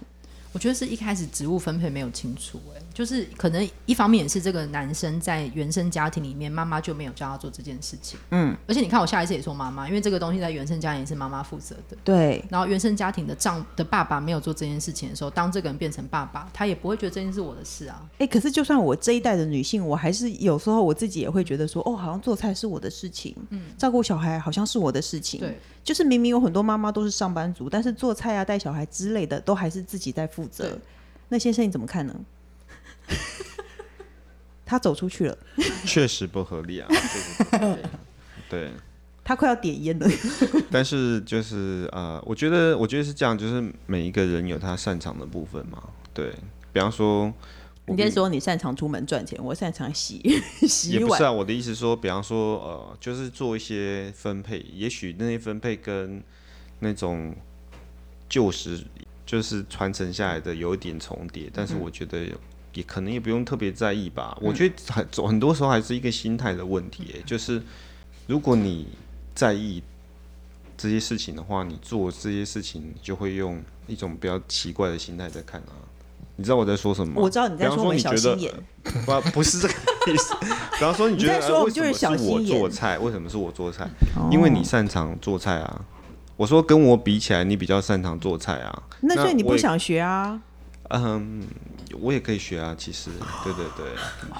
Speaker 2: 我觉得是一开始职务分配没有清楚、欸，就是可能一方面也是这个男生在原生家庭里面，妈妈就没有教他做这件事情，嗯，而且你看我下一次也说妈妈，因为这个东西在原生家庭也是妈妈负责的，
Speaker 1: 对，
Speaker 2: 然后原生家庭的丈的爸爸没有做这件事情的时候，当这个人变成爸爸，他也不会觉得这件事我的事啊，
Speaker 1: 哎、可是就算我这一代的女性，我还是有时候我自己也会觉得说，哦，好像做菜是我的事情，照顾小孩好像是我的事情，
Speaker 2: 对，
Speaker 1: 就是明明有很多妈妈都是上班族，但是做菜啊、带小孩之类的，都还是自己在负责
Speaker 2: 对。
Speaker 1: 那先生你怎么看呢？ 他走出去了，
Speaker 3: 确实不合理啊，这个不合理啊对。
Speaker 1: 他快要点烟了。
Speaker 3: 但是就是呃，我觉得我觉得是这样，就是每一个人有他擅长的部分嘛。对，比方说，
Speaker 1: 你在说你擅长出门赚钱，我擅长洗
Speaker 3: 也
Speaker 1: 洗
Speaker 3: 不是
Speaker 1: 碗。
Speaker 3: 啊，我的意思说，比方说呃，就是做一些分配，也许那些分配跟那种旧时就是传承下来的有一点重叠，但是我觉得。也可能也不用特别在意吧，我觉得很很多时候还是一个心态的问题、嗯就是如果你在意这些事情的话，你做这些事情，你就会用一种比较奇怪的心态在看啊。你知道我在说什么吗？
Speaker 1: 我知道你在
Speaker 3: 比方
Speaker 1: 说我
Speaker 3: 说
Speaker 1: 们
Speaker 3: 你
Speaker 1: 小
Speaker 3: 觉
Speaker 1: 心
Speaker 3: 得
Speaker 1: 眼，
Speaker 3: 不，不是这个 意思。比方说，你觉得
Speaker 1: 你在说我
Speaker 3: 哎
Speaker 1: 们就是
Speaker 3: 为什
Speaker 1: 小
Speaker 3: 么
Speaker 1: 心
Speaker 3: 是我
Speaker 1: 眼哦
Speaker 3: 做菜，为什么是我做菜？因为你擅长做菜啊。我说跟我比起来，你比较擅长做菜啊。
Speaker 1: 那所以你
Speaker 3: 我
Speaker 1: 不
Speaker 3: 也？
Speaker 1: 想学啊？
Speaker 3: 嗯，我也可以学啊，其实，对对对。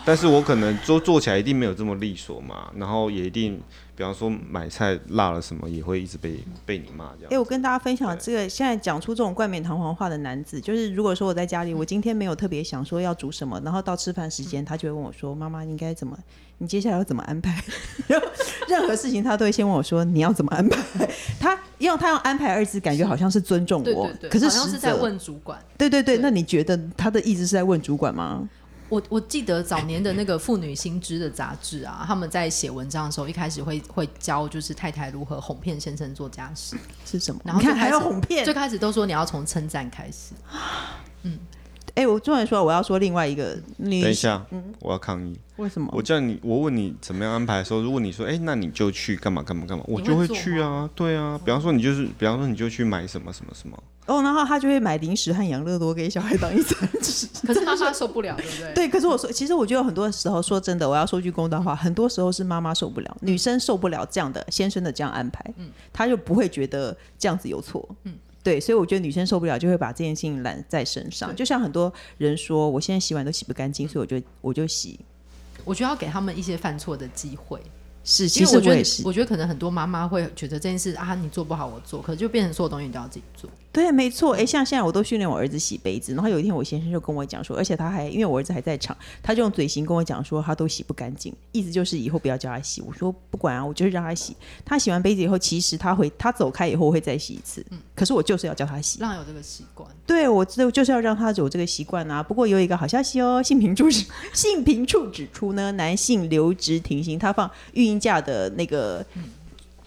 Speaker 3: 但是我可能做做起来一定没有这么利索嘛，然后也一定，比方说买菜辣了什么，也会一直被被你骂这
Speaker 1: 哎、
Speaker 3: 样。
Speaker 1: 我跟大家分享这个，现在讲出这种冠冕堂皇话的男子，就是如果说我在家里，
Speaker 2: 嗯
Speaker 1: 我今天没有特别想说要煮什么，然后到吃饭时间，他就会问我说：“妈妈，你应该怎么？你接下来要怎么安排？” 然后任何事情他都会先问我说：“你要怎么安排？”他用他用“安排”二字，感觉好像是尊重
Speaker 2: 对
Speaker 1: 我
Speaker 2: 对，对，
Speaker 1: 可是
Speaker 2: 好像
Speaker 1: 实
Speaker 2: 是在
Speaker 1: 则
Speaker 2: 问主管。
Speaker 1: 对对对，
Speaker 2: 对
Speaker 1: 那你觉得他的意思是在问主管吗？
Speaker 2: 我我记得早年的那个《妇女新知》的杂志啊，他们在写文章的时候，一开始会会教就是太太如何哄骗先生做家事，
Speaker 1: 是什么？
Speaker 2: 然后
Speaker 1: 你看
Speaker 2: 最开
Speaker 1: 还
Speaker 2: 始
Speaker 1: 要哄骗
Speaker 2: 最，开始都说你要从称赞开始，
Speaker 1: 哎、我突然说我要说另外一个女
Speaker 3: 等一，下，
Speaker 1: 嗯
Speaker 3: 我要抗议。
Speaker 1: 为什么
Speaker 3: 我？叫你，我问你怎么样安排的时候，如果你说，哎、那你就去干嘛干嘛干嘛，我
Speaker 2: 你
Speaker 3: 就
Speaker 2: 会
Speaker 3: 会
Speaker 2: 做
Speaker 3: 去啊，对啊。比方说你就是，比方说你就去买什么什么什么，
Speaker 1: 哦，然后他就会买零食和养乐多给小孩当一餐吃。
Speaker 2: 可是妈妈受不了，对不对？
Speaker 1: 对，可是我说，其实我觉得很多时候，说真的，我要说句公道话，很多时候是妈妈受不了，
Speaker 2: 嗯
Speaker 1: 女生受不了这样的先生的这样安排，嗯，她就不会觉得这样子有错，嗯。对，所以我觉得女生受不了，就会把这件事情揽在身上。
Speaker 2: 对
Speaker 1: 就像很多人说，我现在洗碗都洗不干净，所以我就我就洗。
Speaker 2: 嗯我觉得要给他们一些犯错的机会，
Speaker 1: 是，其
Speaker 2: 因为
Speaker 1: 实
Speaker 2: 我觉
Speaker 1: 也
Speaker 2: 得
Speaker 1: 是，
Speaker 2: 我觉得可能很多妈妈会觉得这件事啊，你做不好我做，可是就变成所有东西你都要自己做。
Speaker 1: 对，没错。哎，像现在我都训练我儿子洗杯子，然后有一天我先生就跟我讲说，而且他还因为我儿子还在场，他就用嘴型跟我讲说他都洗不干净，意思就是以后不要叫他洗。我说不管啊，我就是让他洗。他洗完杯子以后，其实他会他走开以后我会再洗一次，可是我就是要叫他洗。
Speaker 2: 让人有这个习惯。
Speaker 1: 对我就就是要让他有这个习惯啊。不过有一个好消息哦，性平处指 性平处指出呢，男性留职停薪，他放育婴假的那个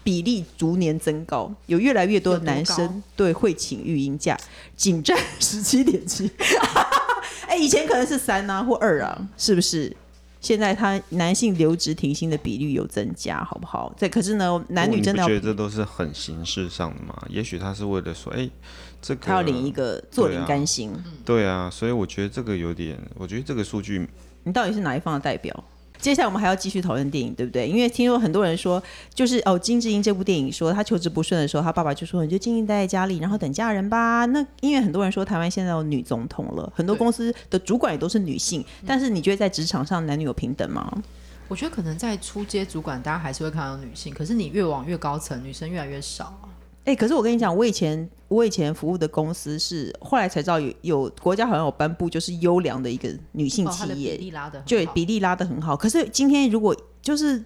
Speaker 1: 比例逐年增高，有越来越多
Speaker 2: 有多
Speaker 1: 男
Speaker 2: 高
Speaker 1: 生对会请育婴假，仅占 十七点七。 哎，以前可能是三啊或二啊，是不是？现在他男性留职停薪的比率有增加，好不好？对，可是呢，男女
Speaker 3: 你
Speaker 1: 真
Speaker 3: 不
Speaker 1: 的要
Speaker 3: 觉得这都是很形式上的嘛？也许他是为了说，哎、这个
Speaker 1: 他要领一个坐
Speaker 3: 对
Speaker 1: 领
Speaker 3: 啊
Speaker 1: 甘心。
Speaker 2: 嗯
Speaker 3: 对啊，所以我觉得这个有点，我觉得这个数据
Speaker 1: 你到底是哪一方的代表？接下来我们还要继续讨论电影，对不对？因为听说很多人说，就是哦，金智英这部电影说她求职不顺的时候，她爸爸就说你就静静待在家里，然后等嫁人吧。那因为很多人说台湾现在有女总统了，很多
Speaker 2: 对嗯
Speaker 1: 公司的主管也都是女性，但是你觉得在职场上男女有平等吗？
Speaker 2: 我觉得可能在初阶主管，大家还是会看到女性，可是你越往越高层，女生越来越少啊。
Speaker 1: 哎、可是我跟你讲，我以前我以前服务的公司是后来才知道有有国家好像有颁布就是优良的一个女性
Speaker 2: 哦她的
Speaker 1: 企业，
Speaker 2: 比例拉的
Speaker 1: 就比例拉得很好。可是今天如果就是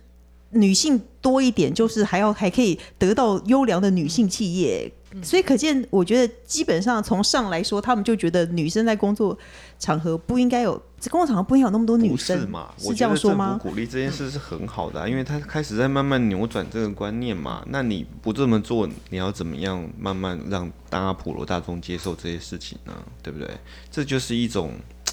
Speaker 1: 女性多一点，就是还要还可以得到优良的女性企业，
Speaker 3: 嗯
Speaker 1: 所以可见，我觉得基本上从上来说，他们就觉得女生在工作场合不应该有，工作场合不应该有那么多女
Speaker 3: 不
Speaker 1: 生
Speaker 3: 是嘛？我
Speaker 1: 是这
Speaker 3: 觉得
Speaker 1: 样说
Speaker 3: 政府
Speaker 1: 吗？
Speaker 3: 鼓励这件事是很好的啊、因为他开始在慢慢扭转这个观念嘛。那你不这么做，你要怎么样慢慢让大家普罗大众接受这些事情呢？对不对？这就是一种嘖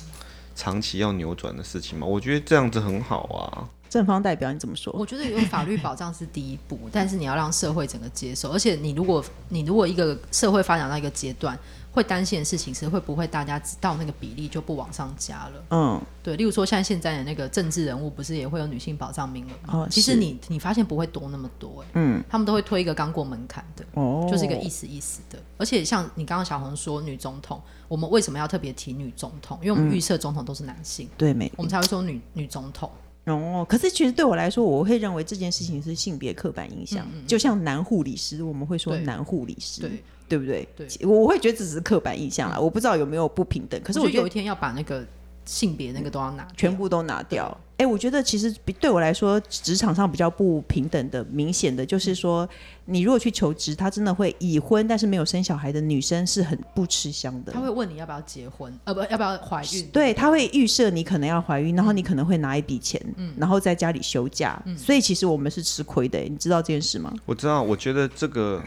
Speaker 3: 长期要扭转的事情嘛。我觉得这样子很好啊。
Speaker 1: 正方代表你怎么说？
Speaker 2: 我觉得有法律保障是第一步，但是你要让社会整个接受，而且你如果你如果一个社会发展到一个阶段，会担心的事情是会不会大家知道那个比例就不往上加了。
Speaker 1: 嗯，
Speaker 2: 对，例如说像现在的那个政治人物，不是也会有女性保障名额吗？
Speaker 1: 哦
Speaker 2: 其实
Speaker 1: 是
Speaker 2: 你你发现不会多那么多、欸，
Speaker 1: 嗯，
Speaker 2: 他们都会推一个刚过门槛的，
Speaker 1: 哦
Speaker 2: 就是一个意思意思的。而且像你刚刚小红说女总统，我们为什么要特别提女总统？因为我们预设总统都是男性，
Speaker 1: 对没？
Speaker 2: 我们才会说女女总统。
Speaker 1: 哦，可是其实对我来说，我会认为这件事情是性别刻板印象，
Speaker 3: 嗯
Speaker 1: 就像男护理师，我们会说
Speaker 2: 对
Speaker 1: 男护理师，
Speaker 2: 对，
Speaker 1: 对不对？
Speaker 2: 对
Speaker 1: 其，我会觉得只是刻板印象啦，我不知道有没有不平等。可
Speaker 2: 可
Speaker 1: 是
Speaker 2: 是
Speaker 1: 我
Speaker 2: 我
Speaker 1: 觉
Speaker 2: 觉得有
Speaker 1: 得
Speaker 2: 一天要把那个性别那个都要拿
Speaker 1: 全
Speaker 2: 掉。
Speaker 1: 部都拿掉。哎、我觉得其实比对我来说，职场上比较不平等的、明显的就是
Speaker 2: 嗯
Speaker 1: 说，你如果去求职，她真的会已婚但是没有生小孩的女生是很不吃香的
Speaker 2: 他。会问你要不要结婚，呃，不要不要怀孕。嗯
Speaker 1: 对，她会预设你可能要怀孕，然后你可能会拿一笔钱，然后在家里休假，所以其实我们是吃亏的、你知道这件事吗？
Speaker 3: 我知道，我觉得这个，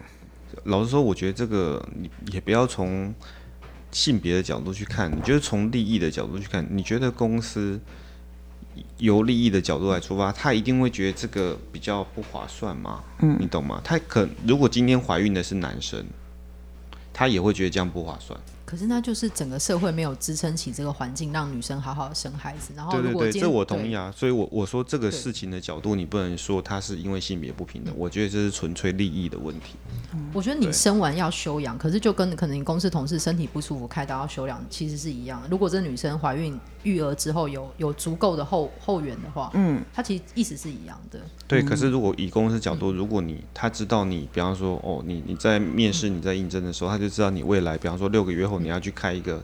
Speaker 3: 老实说，我觉得这个你也不要从性别的角度去看，你就是从利益的角度去看。你觉得公司由利益的角度来出发，他一定会觉得这个比较不划算嘛？嗯，你懂吗？他可如果今天怀孕的是男生，他也会觉得这样不划算。
Speaker 2: 可是那就是整个社会没有支撑起这个环境，让女生好好地生孩子。然后
Speaker 3: 对
Speaker 2: 哦如
Speaker 3: 对
Speaker 2: 果
Speaker 3: 对，
Speaker 2: 今
Speaker 3: 这
Speaker 2: 天
Speaker 3: 我同意啊。所以我，我说这个
Speaker 2: 对
Speaker 3: 事情的角度，你不能说他是因为性别不平等，我觉得这是纯粹利益的问题。
Speaker 2: 我觉得你
Speaker 3: 对
Speaker 2: 生完要休养，可是就跟可能你公司同事身体不舒服开刀要休养，其实是一样的。如果这女生怀孕育儿之后有有足够的后后援的话，嗯，她其实意思是一样的。
Speaker 3: 对，可是
Speaker 2: 嗯
Speaker 3: 如果以公司角度，如果你他知道你，比方说哦，你你在面试、你在应征的时候，他就知道你未来，比方说六个月后你要去开一个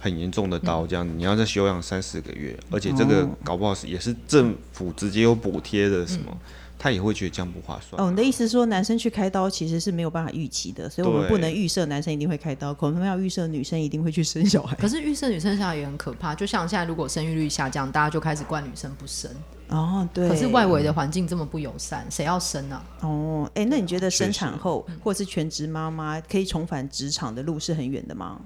Speaker 3: 很严重的
Speaker 2: 嗯
Speaker 3: 刀，这样你要再休养三四个月，而且这个
Speaker 2: 哦
Speaker 3: 搞不好是也是政府直接有补贴的什么，
Speaker 2: 嗯
Speaker 3: 他也会觉得这样不划算啊。
Speaker 1: 哦，你的意思是说男生去开刀其实是没有办法预期的，所以我们
Speaker 3: 对
Speaker 1: 不能预设男生一定会开刀，可能要预设女生一定会去生小孩。
Speaker 2: 可是预设女生下来也很可怕，就像现在如果生育率下降，大家就开始怪女生不生。
Speaker 1: 哦，对。
Speaker 2: 可是外围的环境这么不友善，谁要生啊？
Speaker 1: 哦，哎，那你觉得生产后或是全职妈妈可以重返职场的路是很远的吗？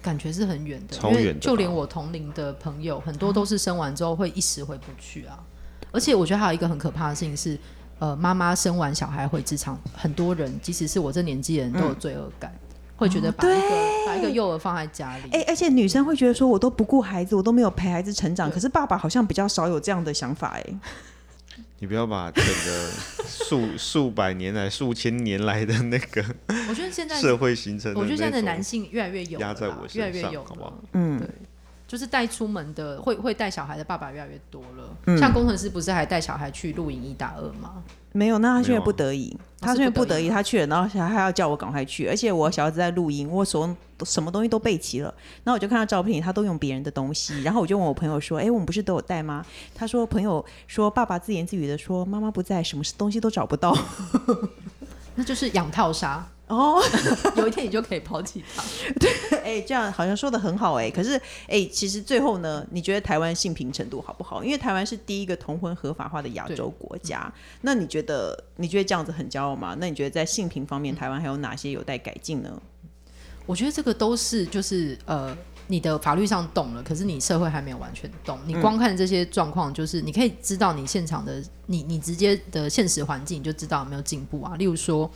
Speaker 2: 感觉是很远的，
Speaker 3: 超
Speaker 2: 因为
Speaker 3: 远的
Speaker 2: 就连
Speaker 3: 吧
Speaker 2: 我同龄的朋友，很多都是生完之后会一时回不去啊。而且我觉得还有一个很可怕的事情是，呃，妈妈生完小孩回职场，很多人即使是我这年纪的人都有罪恶感，
Speaker 3: 嗯
Speaker 2: 会觉得把一个、把一个幼儿放在家里。
Speaker 1: 哎、而且女生会觉得说，我都不顾孩子，我都没有陪孩子成长。可是爸爸好像比较少有这样的想法、哎，
Speaker 3: 你不要把整个数数百年来、数千年来的那个
Speaker 2: 我觉得现在，
Speaker 3: 社会形成的
Speaker 2: 我觉得现在的
Speaker 3: 那种
Speaker 2: 男性越来越有了啦
Speaker 3: 压在我身
Speaker 2: 越来越
Speaker 3: 上
Speaker 2: 有了，
Speaker 3: 好不好
Speaker 2: 嗯，对。就是带出门的，会会带小孩的爸爸越来越多了。像工程师不是还带小孩去露营一打二吗？
Speaker 1: 没有，那他是因为
Speaker 3: 没有啊
Speaker 1: 不得已，
Speaker 2: 哦
Speaker 1: 他
Speaker 2: 是
Speaker 1: 是因为
Speaker 2: 不
Speaker 1: 不
Speaker 2: 得
Speaker 1: 得
Speaker 2: 已
Speaker 1: 已，他去了，然后他还要叫我赶快去，而且我小孩子在录音，我手上什么东西都备齐了，然后我就看到照片里他都用别人的东西，然后我就问我朋友说：“哎、我们不是都有带吗？”他说：“朋友说爸爸自言自语的说妈妈不在，什么东西都找不到。
Speaker 2: 那就是养套杀，”
Speaker 1: 哦，
Speaker 2: 有一天你就可以抛弃它。
Speaker 1: 哎、这样好像说的很好哎、可是哎、其实最后呢，你觉得台湾性平程度好不好？因为台湾是第一个同婚合法化的亚洲国家，那你觉得你觉得这样子很骄傲吗？那你觉得在性平方面，台湾还有哪些有待改进呢？
Speaker 2: 我觉得这个都是就是呃，你的法律上懂了，可是你社会还没有完全懂。你光看这些状况，就是你可以知道你现场的你你直接的现实环境，你就知道有没有进步啊。例如说，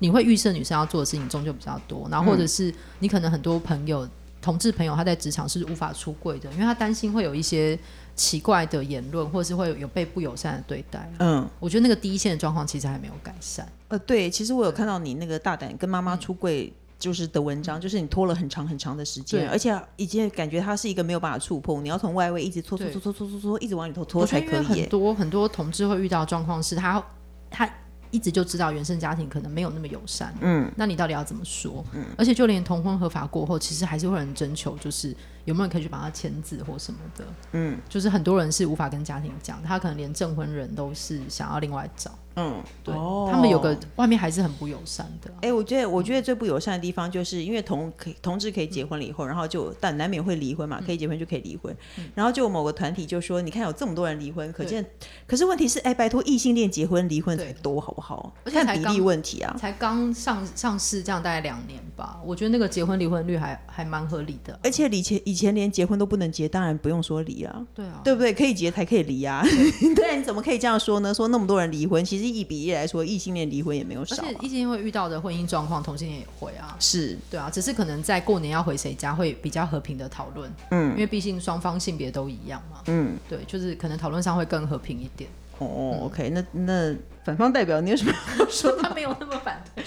Speaker 2: 你会预设女生要做的事情终究比较多，然后或者是你可能很多朋友。同志朋友，他在职场是无法出柜的，因为他担心会有一些奇怪的言论，或是会有被不友善的对待。
Speaker 1: 嗯，
Speaker 2: 我觉得那个第一线的状况其实还没有改善。
Speaker 1: 呃，对，其实我有看到你那个大胆跟妈妈出柜就是的文章，就是你拖了很长很长的时
Speaker 2: 嗯对
Speaker 1: 间，而且已经感觉它是一个没有办法触碰，你要从外围一直搓搓
Speaker 2: 对
Speaker 1: 搓搓搓搓搓，一直往里头
Speaker 2: 我
Speaker 1: 搓
Speaker 2: 觉得
Speaker 1: 才
Speaker 2: 因
Speaker 1: 可
Speaker 2: 为
Speaker 1: 以
Speaker 2: 很
Speaker 1: 耶。
Speaker 2: 多很多同志会遇到的状况是他他一直就知道原生家庭可能没有那么友善，嗯，那你到底要怎么说？嗯，而且就连同婚合法过后，其实还是会有人征求，就是有没有人可以去帮他签字或什么的，嗯，就是很多人是无法跟家庭讲，他可能连证婚人都是想要另外找，
Speaker 1: 嗯，
Speaker 2: 对、
Speaker 1: 哦
Speaker 2: 他们有个外面还是很不友善的啊、
Speaker 1: 哎、我觉得我觉得最不友善的地方，就是因为同可以同志可以结婚了以后，然后就但难免会离婚嘛，可以
Speaker 2: 嗯
Speaker 1: 结婚就可以离婚，然后就有某个团体就说，你看有这么多人离婚，可见，可是问题是，哎、拜托异性恋结婚离婚
Speaker 2: 对
Speaker 1: 才多好不好？
Speaker 2: 而且
Speaker 1: 看
Speaker 2: 才
Speaker 1: 比
Speaker 2: 刚
Speaker 1: 例问题啊。
Speaker 2: 才刚上上市这样大概两年吧，我觉得那个结婚离婚率还还蛮合理的啊、
Speaker 1: 而且以前以前连结婚都不能结，当然不用说离啊。
Speaker 2: 对啊，
Speaker 1: 对不对？可以结才可以离啊！ 对啊，你怎么可以这样说呢？说那么多人离婚，其实一比一来说，异性恋离婚也没有
Speaker 2: 而
Speaker 1: 少、
Speaker 2: 且
Speaker 1: 啊。
Speaker 2: 异性恋会遇到的婚姻状况，同性恋也会啊。
Speaker 1: 是，
Speaker 2: 对啊，只是可能在过年要回谁家会比较和平的讨论，
Speaker 1: 嗯
Speaker 2: 因为毕竟双方性别都一样嘛，
Speaker 1: 嗯，
Speaker 2: 对，就是可能讨论上会更和平一点。
Speaker 1: 哦，OK，那那反方代表你有什么要说？
Speaker 2: 他没有那么反对，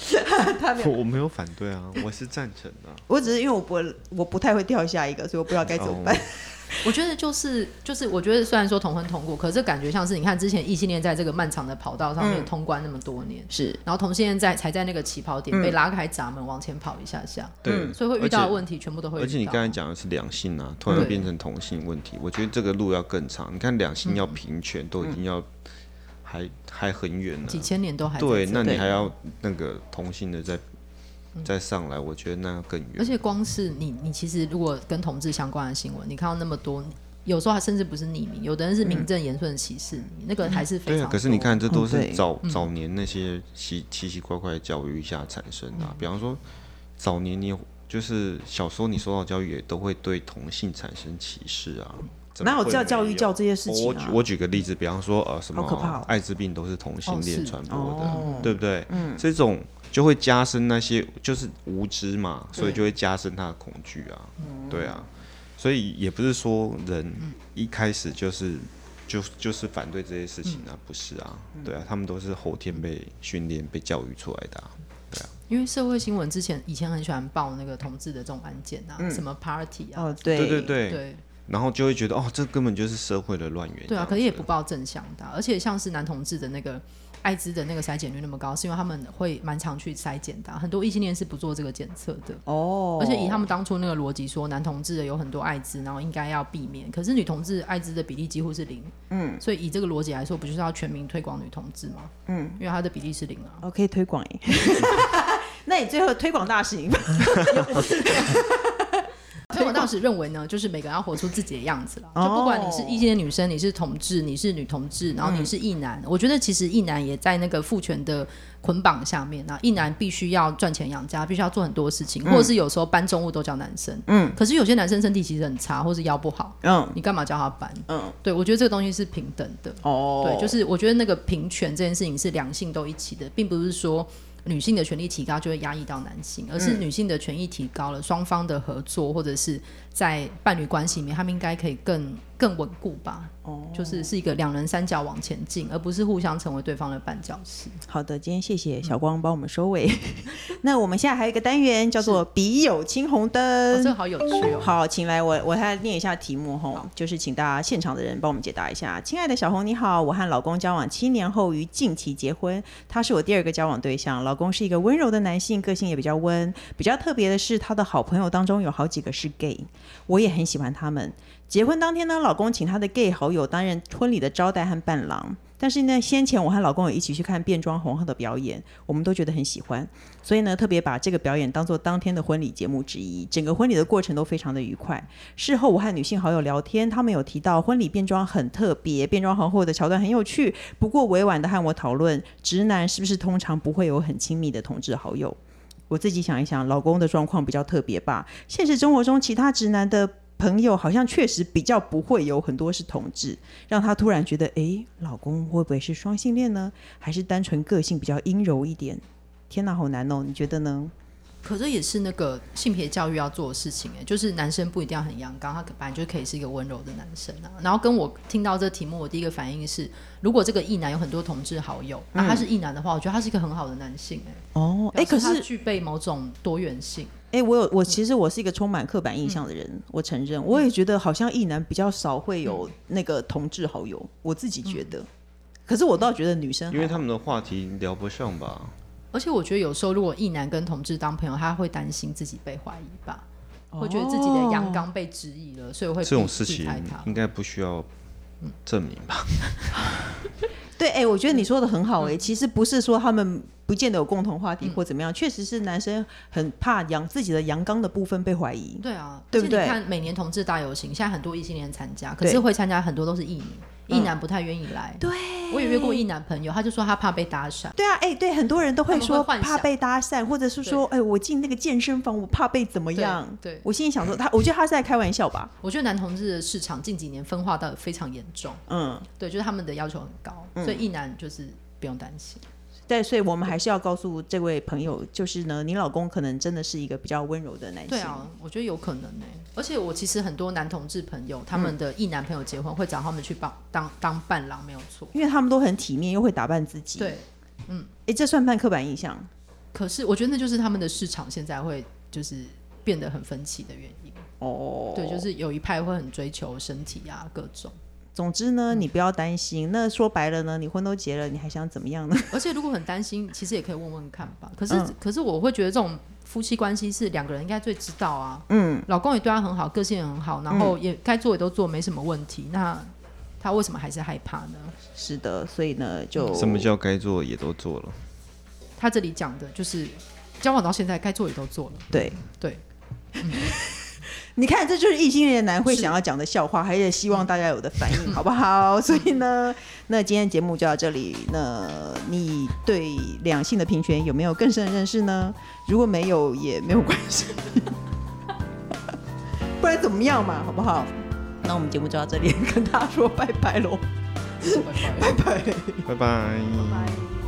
Speaker 1: 他 没有，
Speaker 3: 我我没有反对啊，我是赞成的啊。
Speaker 1: 我只是因为我不我不太会跳下一个，所以我不知道该怎么办。
Speaker 2: 我觉得就是就是，我觉得虽然说同婚通过，可是感觉像是你看之前异性恋在这个漫长的跑道上
Speaker 3: 嗯
Speaker 2: 面通关那么多年，
Speaker 1: 是，
Speaker 2: 然后同性恋在才在那个起跑点被拉开闸门往前跑一下下，
Speaker 3: 对，
Speaker 2: 嗯所以会遇到
Speaker 3: 嗯而
Speaker 2: 的
Speaker 3: 且
Speaker 2: 问题全部都会遇到。
Speaker 3: 而且你刚才讲的是两性啊，突然
Speaker 2: 对
Speaker 3: 变成同性问题，我觉得这个路要更长。你看两性
Speaker 2: 嗯
Speaker 3: 要平权，都已经要还还很远呢。
Speaker 2: 几千年都还在
Speaker 3: 对，
Speaker 2: 这嗯
Speaker 3: 那你
Speaker 1: 对
Speaker 3: 还要那个同性的再再上来，我觉得那要更
Speaker 2: 而
Speaker 3: 远。
Speaker 2: 且光是你，你其实如果跟同志相关的新闻，你看到那么多，有时候还甚至不是匿名，有的人是名正言顺的歧视你，那个还是非
Speaker 3: 嗯对
Speaker 2: 常、
Speaker 3: 啊，可是你，看，这都
Speaker 1: 嗯
Speaker 3: 是
Speaker 1: 对
Speaker 3: 早早年那些奇奇奇怪怪的教育下产生
Speaker 1: 嗯
Speaker 3: 的啊。比方说，早年你有就是小时候你受到教育也都会对同性产生歧视啊。怎么
Speaker 1: 哪有
Speaker 3: 会
Speaker 1: 叫教育
Speaker 3: 没有
Speaker 1: 叫这些事
Speaker 3: 我
Speaker 1: 情
Speaker 3: 我举
Speaker 1: 啊？
Speaker 3: 我举个例子，比方说呃什么
Speaker 1: 好可怕哦
Speaker 3: 艾滋病都是同性
Speaker 2: 哦是
Speaker 3: 恋传播的，
Speaker 1: 哦
Speaker 3: 对不对？嗯，这种就会加深那些就是无知嘛，所以就会加深他的恐惧啊，
Speaker 2: 嗯
Speaker 3: 对啊，所以也不是说人一开始就是。就就是反对这些事情
Speaker 2: 嗯
Speaker 3: 啊，不是啊，对啊，他们都是后天被训练、被教育出来的、啊。
Speaker 2: 因为社会新闻之前以前很喜欢报那个同志的这种案件啊，
Speaker 3: 嗯
Speaker 2: 什么 party 啊，
Speaker 1: 哦，对
Speaker 3: 对对对，
Speaker 2: 对
Speaker 3: 然后就会觉得哦，这根本就是社会的乱源。
Speaker 2: 对啊，可
Speaker 3: 以
Speaker 2: 是也不报正向的啊、而且像是男同志的那个艾滋的那个筛检率那么高，是因为他们会蛮常去筛检的啊、很多异性恋是不做这个检测的。
Speaker 1: 哦，
Speaker 2: 而且以他们当初那个逻辑说，男同志的有很多艾滋，然后应该要避免，可是女同志艾滋的比例几乎是零，嗯，所以以这个逻辑来说，不就是要全民推广女同志吗？嗯，因为她的比例是零啊，
Speaker 1: 哦可以推广 耶那你最后推广大使，你
Speaker 2: 推广当时认为呢，就是每个人要活出自己的样子了，
Speaker 1: 哦嗯
Speaker 2: 就不管你是异性恋女生，你是同志，你是女同志，然后你是异男，我觉得其实异男也在那个父权的捆绑下面啊，异男必须要赚钱养家，必须要做很多事情，或者是有时候搬重物都叫男生，
Speaker 1: 嗯，
Speaker 2: 可是有些男生身体其实很差，或是腰不好，
Speaker 1: 嗯
Speaker 2: 你干嘛叫他搬？
Speaker 1: 嗯，
Speaker 2: 对我觉得这个东西是平等的，
Speaker 1: 哦，
Speaker 2: 对，就是我觉得那个平权这件事情是两性都一起的，并不是说女性的权利提高就会压抑到男性，而是女性的权益提高了，双方的合作或者是在伴侣关系里面，他们应该可以更更稳固吧。哦，就是是一个两人三角往前进，而不是互相成为对方的绊脚石。
Speaker 1: 好的，今天谢谢小光帮我们收尾。 那我们现在还有一个单元叫做“笔友青红
Speaker 2: 哦，这
Speaker 1: 灯”
Speaker 2: 个好有趣哦。
Speaker 1: 好，请来我我来念一下题目吼，就是请大家现场的人帮我们解答一下。亲爱的小红你好，我和老公交往七年后于近期结婚，他是我第二个交往对象。老公是一个温柔的男性，个性也比较温。比较特别的是，他的好朋友当中有好几个是 gay，我也很喜欢他们。结婚当天呢，老公请他的 gay 好友担任婚礼的招待和伴郎。但是呢，先前我和老公也一起去看变装皇后的表演，我们都觉得很喜欢，所以呢，特别把这个表演当做当天的婚礼节目之一。整个婚礼的过程都非常的愉快。事后我和女性好友聊天，他们有提到婚礼变装很特别，变装皇后的桥段很有趣。不过委婉的和我讨论，直男是不是通常不会有很亲密的同志好友？我自己想一想，老公的状况比较特别吧。现实生活中，其他直男的朋友好像确实比较不会有很多是同志，让他突然觉得，诶，老公会不会是双性恋呢？还是单纯个性比较阴柔一点？天哪，好难哦！你觉得呢？
Speaker 2: 可这也是那个性别教育要做的事情哎，就是男生不一定要很阳刚，他本来就可以是一个温柔的男生啊。然后跟我听到这题目，我第一个反应是，如果这个异男有很多同志好友，那、他是异男的话，我觉得他是一个很好的男性哎。
Speaker 1: 哦，嗯诶，
Speaker 2: 表
Speaker 1: 可
Speaker 2: 示他
Speaker 1: 是
Speaker 2: 具备某种多元性，
Speaker 1: 哎、我有我其实我是一个充满刻板印象的人，
Speaker 2: 嗯
Speaker 1: 我承认，我也觉得好像异男比较少会有那个同志好友，我自己
Speaker 2: 嗯
Speaker 1: 觉得。可是我倒觉得女
Speaker 2: 啊
Speaker 1: 生还好，
Speaker 3: 因为他们的话题聊不上吧？
Speaker 2: 而且我觉得有时候如果异男跟同志当朋友，他会担心自己被怀疑吧，
Speaker 1: 哦
Speaker 2: 会觉得自己的阳刚被质疑了，所以会
Speaker 3: 这种事
Speaker 2: 避
Speaker 3: 情
Speaker 2: 开他。
Speaker 3: 应该不需要证明吧？
Speaker 1: 对，哎、我觉得你说的很好、
Speaker 2: 嗯
Speaker 1: 哎、其实不是说他们不见得有共同话题或怎么样，确、实是男生很怕阳自己的阳刚的部分被怀疑。
Speaker 2: 对啊，
Speaker 1: 对不对
Speaker 2: 而且你看每年同志大游行，现在很多异性恋参加，可
Speaker 1: 对嗯
Speaker 2: 是会参加很多都是异女，异男不太愿意来。对，我也约过异男朋友，他就说他怕被搭讪。
Speaker 1: 对啊，哎、对，很多人都会
Speaker 2: 他们会
Speaker 1: 说
Speaker 2: 幻想
Speaker 1: 怕被搭讪，或者是说，哎、我进那个健身房，我怕被怎么样？
Speaker 2: 对对
Speaker 1: 我心里想说，他，我觉得他是在开玩笑吧。
Speaker 2: 我觉得男同志的市场近几年分化到非常严重，
Speaker 1: 嗯，
Speaker 2: 对，就是他们的要求很高，所以异男就是不用担心。
Speaker 1: 对，所以我们还是要告诉这位朋友，就是呢，你老公可能真的是一个比较温柔的男性。
Speaker 2: 对啊，我觉得有可能呢、而且我其实很多男同志朋友，他们的异男朋友结婚会找他们去帮当当伴郎，没有错。
Speaker 1: 因为他们都很体面，又会打扮自己。
Speaker 2: 对，
Speaker 1: 哎，这算半刻板印象。
Speaker 2: 可是我觉得那就是他们的市场现在会就是变得很分歧的原因。
Speaker 1: 哦，
Speaker 2: 对，就是有一派会很追求身体啊，各种。
Speaker 1: 总之呢，
Speaker 2: 嗯
Speaker 1: 你不要担心。那说白了呢，你婚都结了，你还想怎么样呢？
Speaker 2: 而且如果很担心，其实也可以问问看吧。可是，
Speaker 1: 嗯
Speaker 2: 可是我会觉得这种夫妻关系是两个人应该最知道啊。
Speaker 1: 嗯，
Speaker 2: 老公也对她很好，个性也很好，然后也该做也都做，没什么问题。那她为什么还是害怕呢？
Speaker 1: 是的，所以呢，
Speaker 2: 嗯
Speaker 1: 就
Speaker 3: 什么叫该做也都做了？
Speaker 2: 她这里讲的就是交往到现在，该做也都做了。
Speaker 1: 对
Speaker 2: 对，
Speaker 1: 你看，这就是异性恋男会想要讲的笑话，还是希望大家有的反 应，好不好？所以呢，那今天节目就到这里。那你对两性的平权有没有更深的认识呢？如果没有，也没有关系， 不然怎么样嘛，好不好？那我们节目就到这里，跟大家说拜拜喽，
Speaker 2: 乖乖
Speaker 1: 拜
Speaker 2: 嗯
Speaker 1: 拜。
Speaker 3: 拜拜。
Speaker 1: 拜。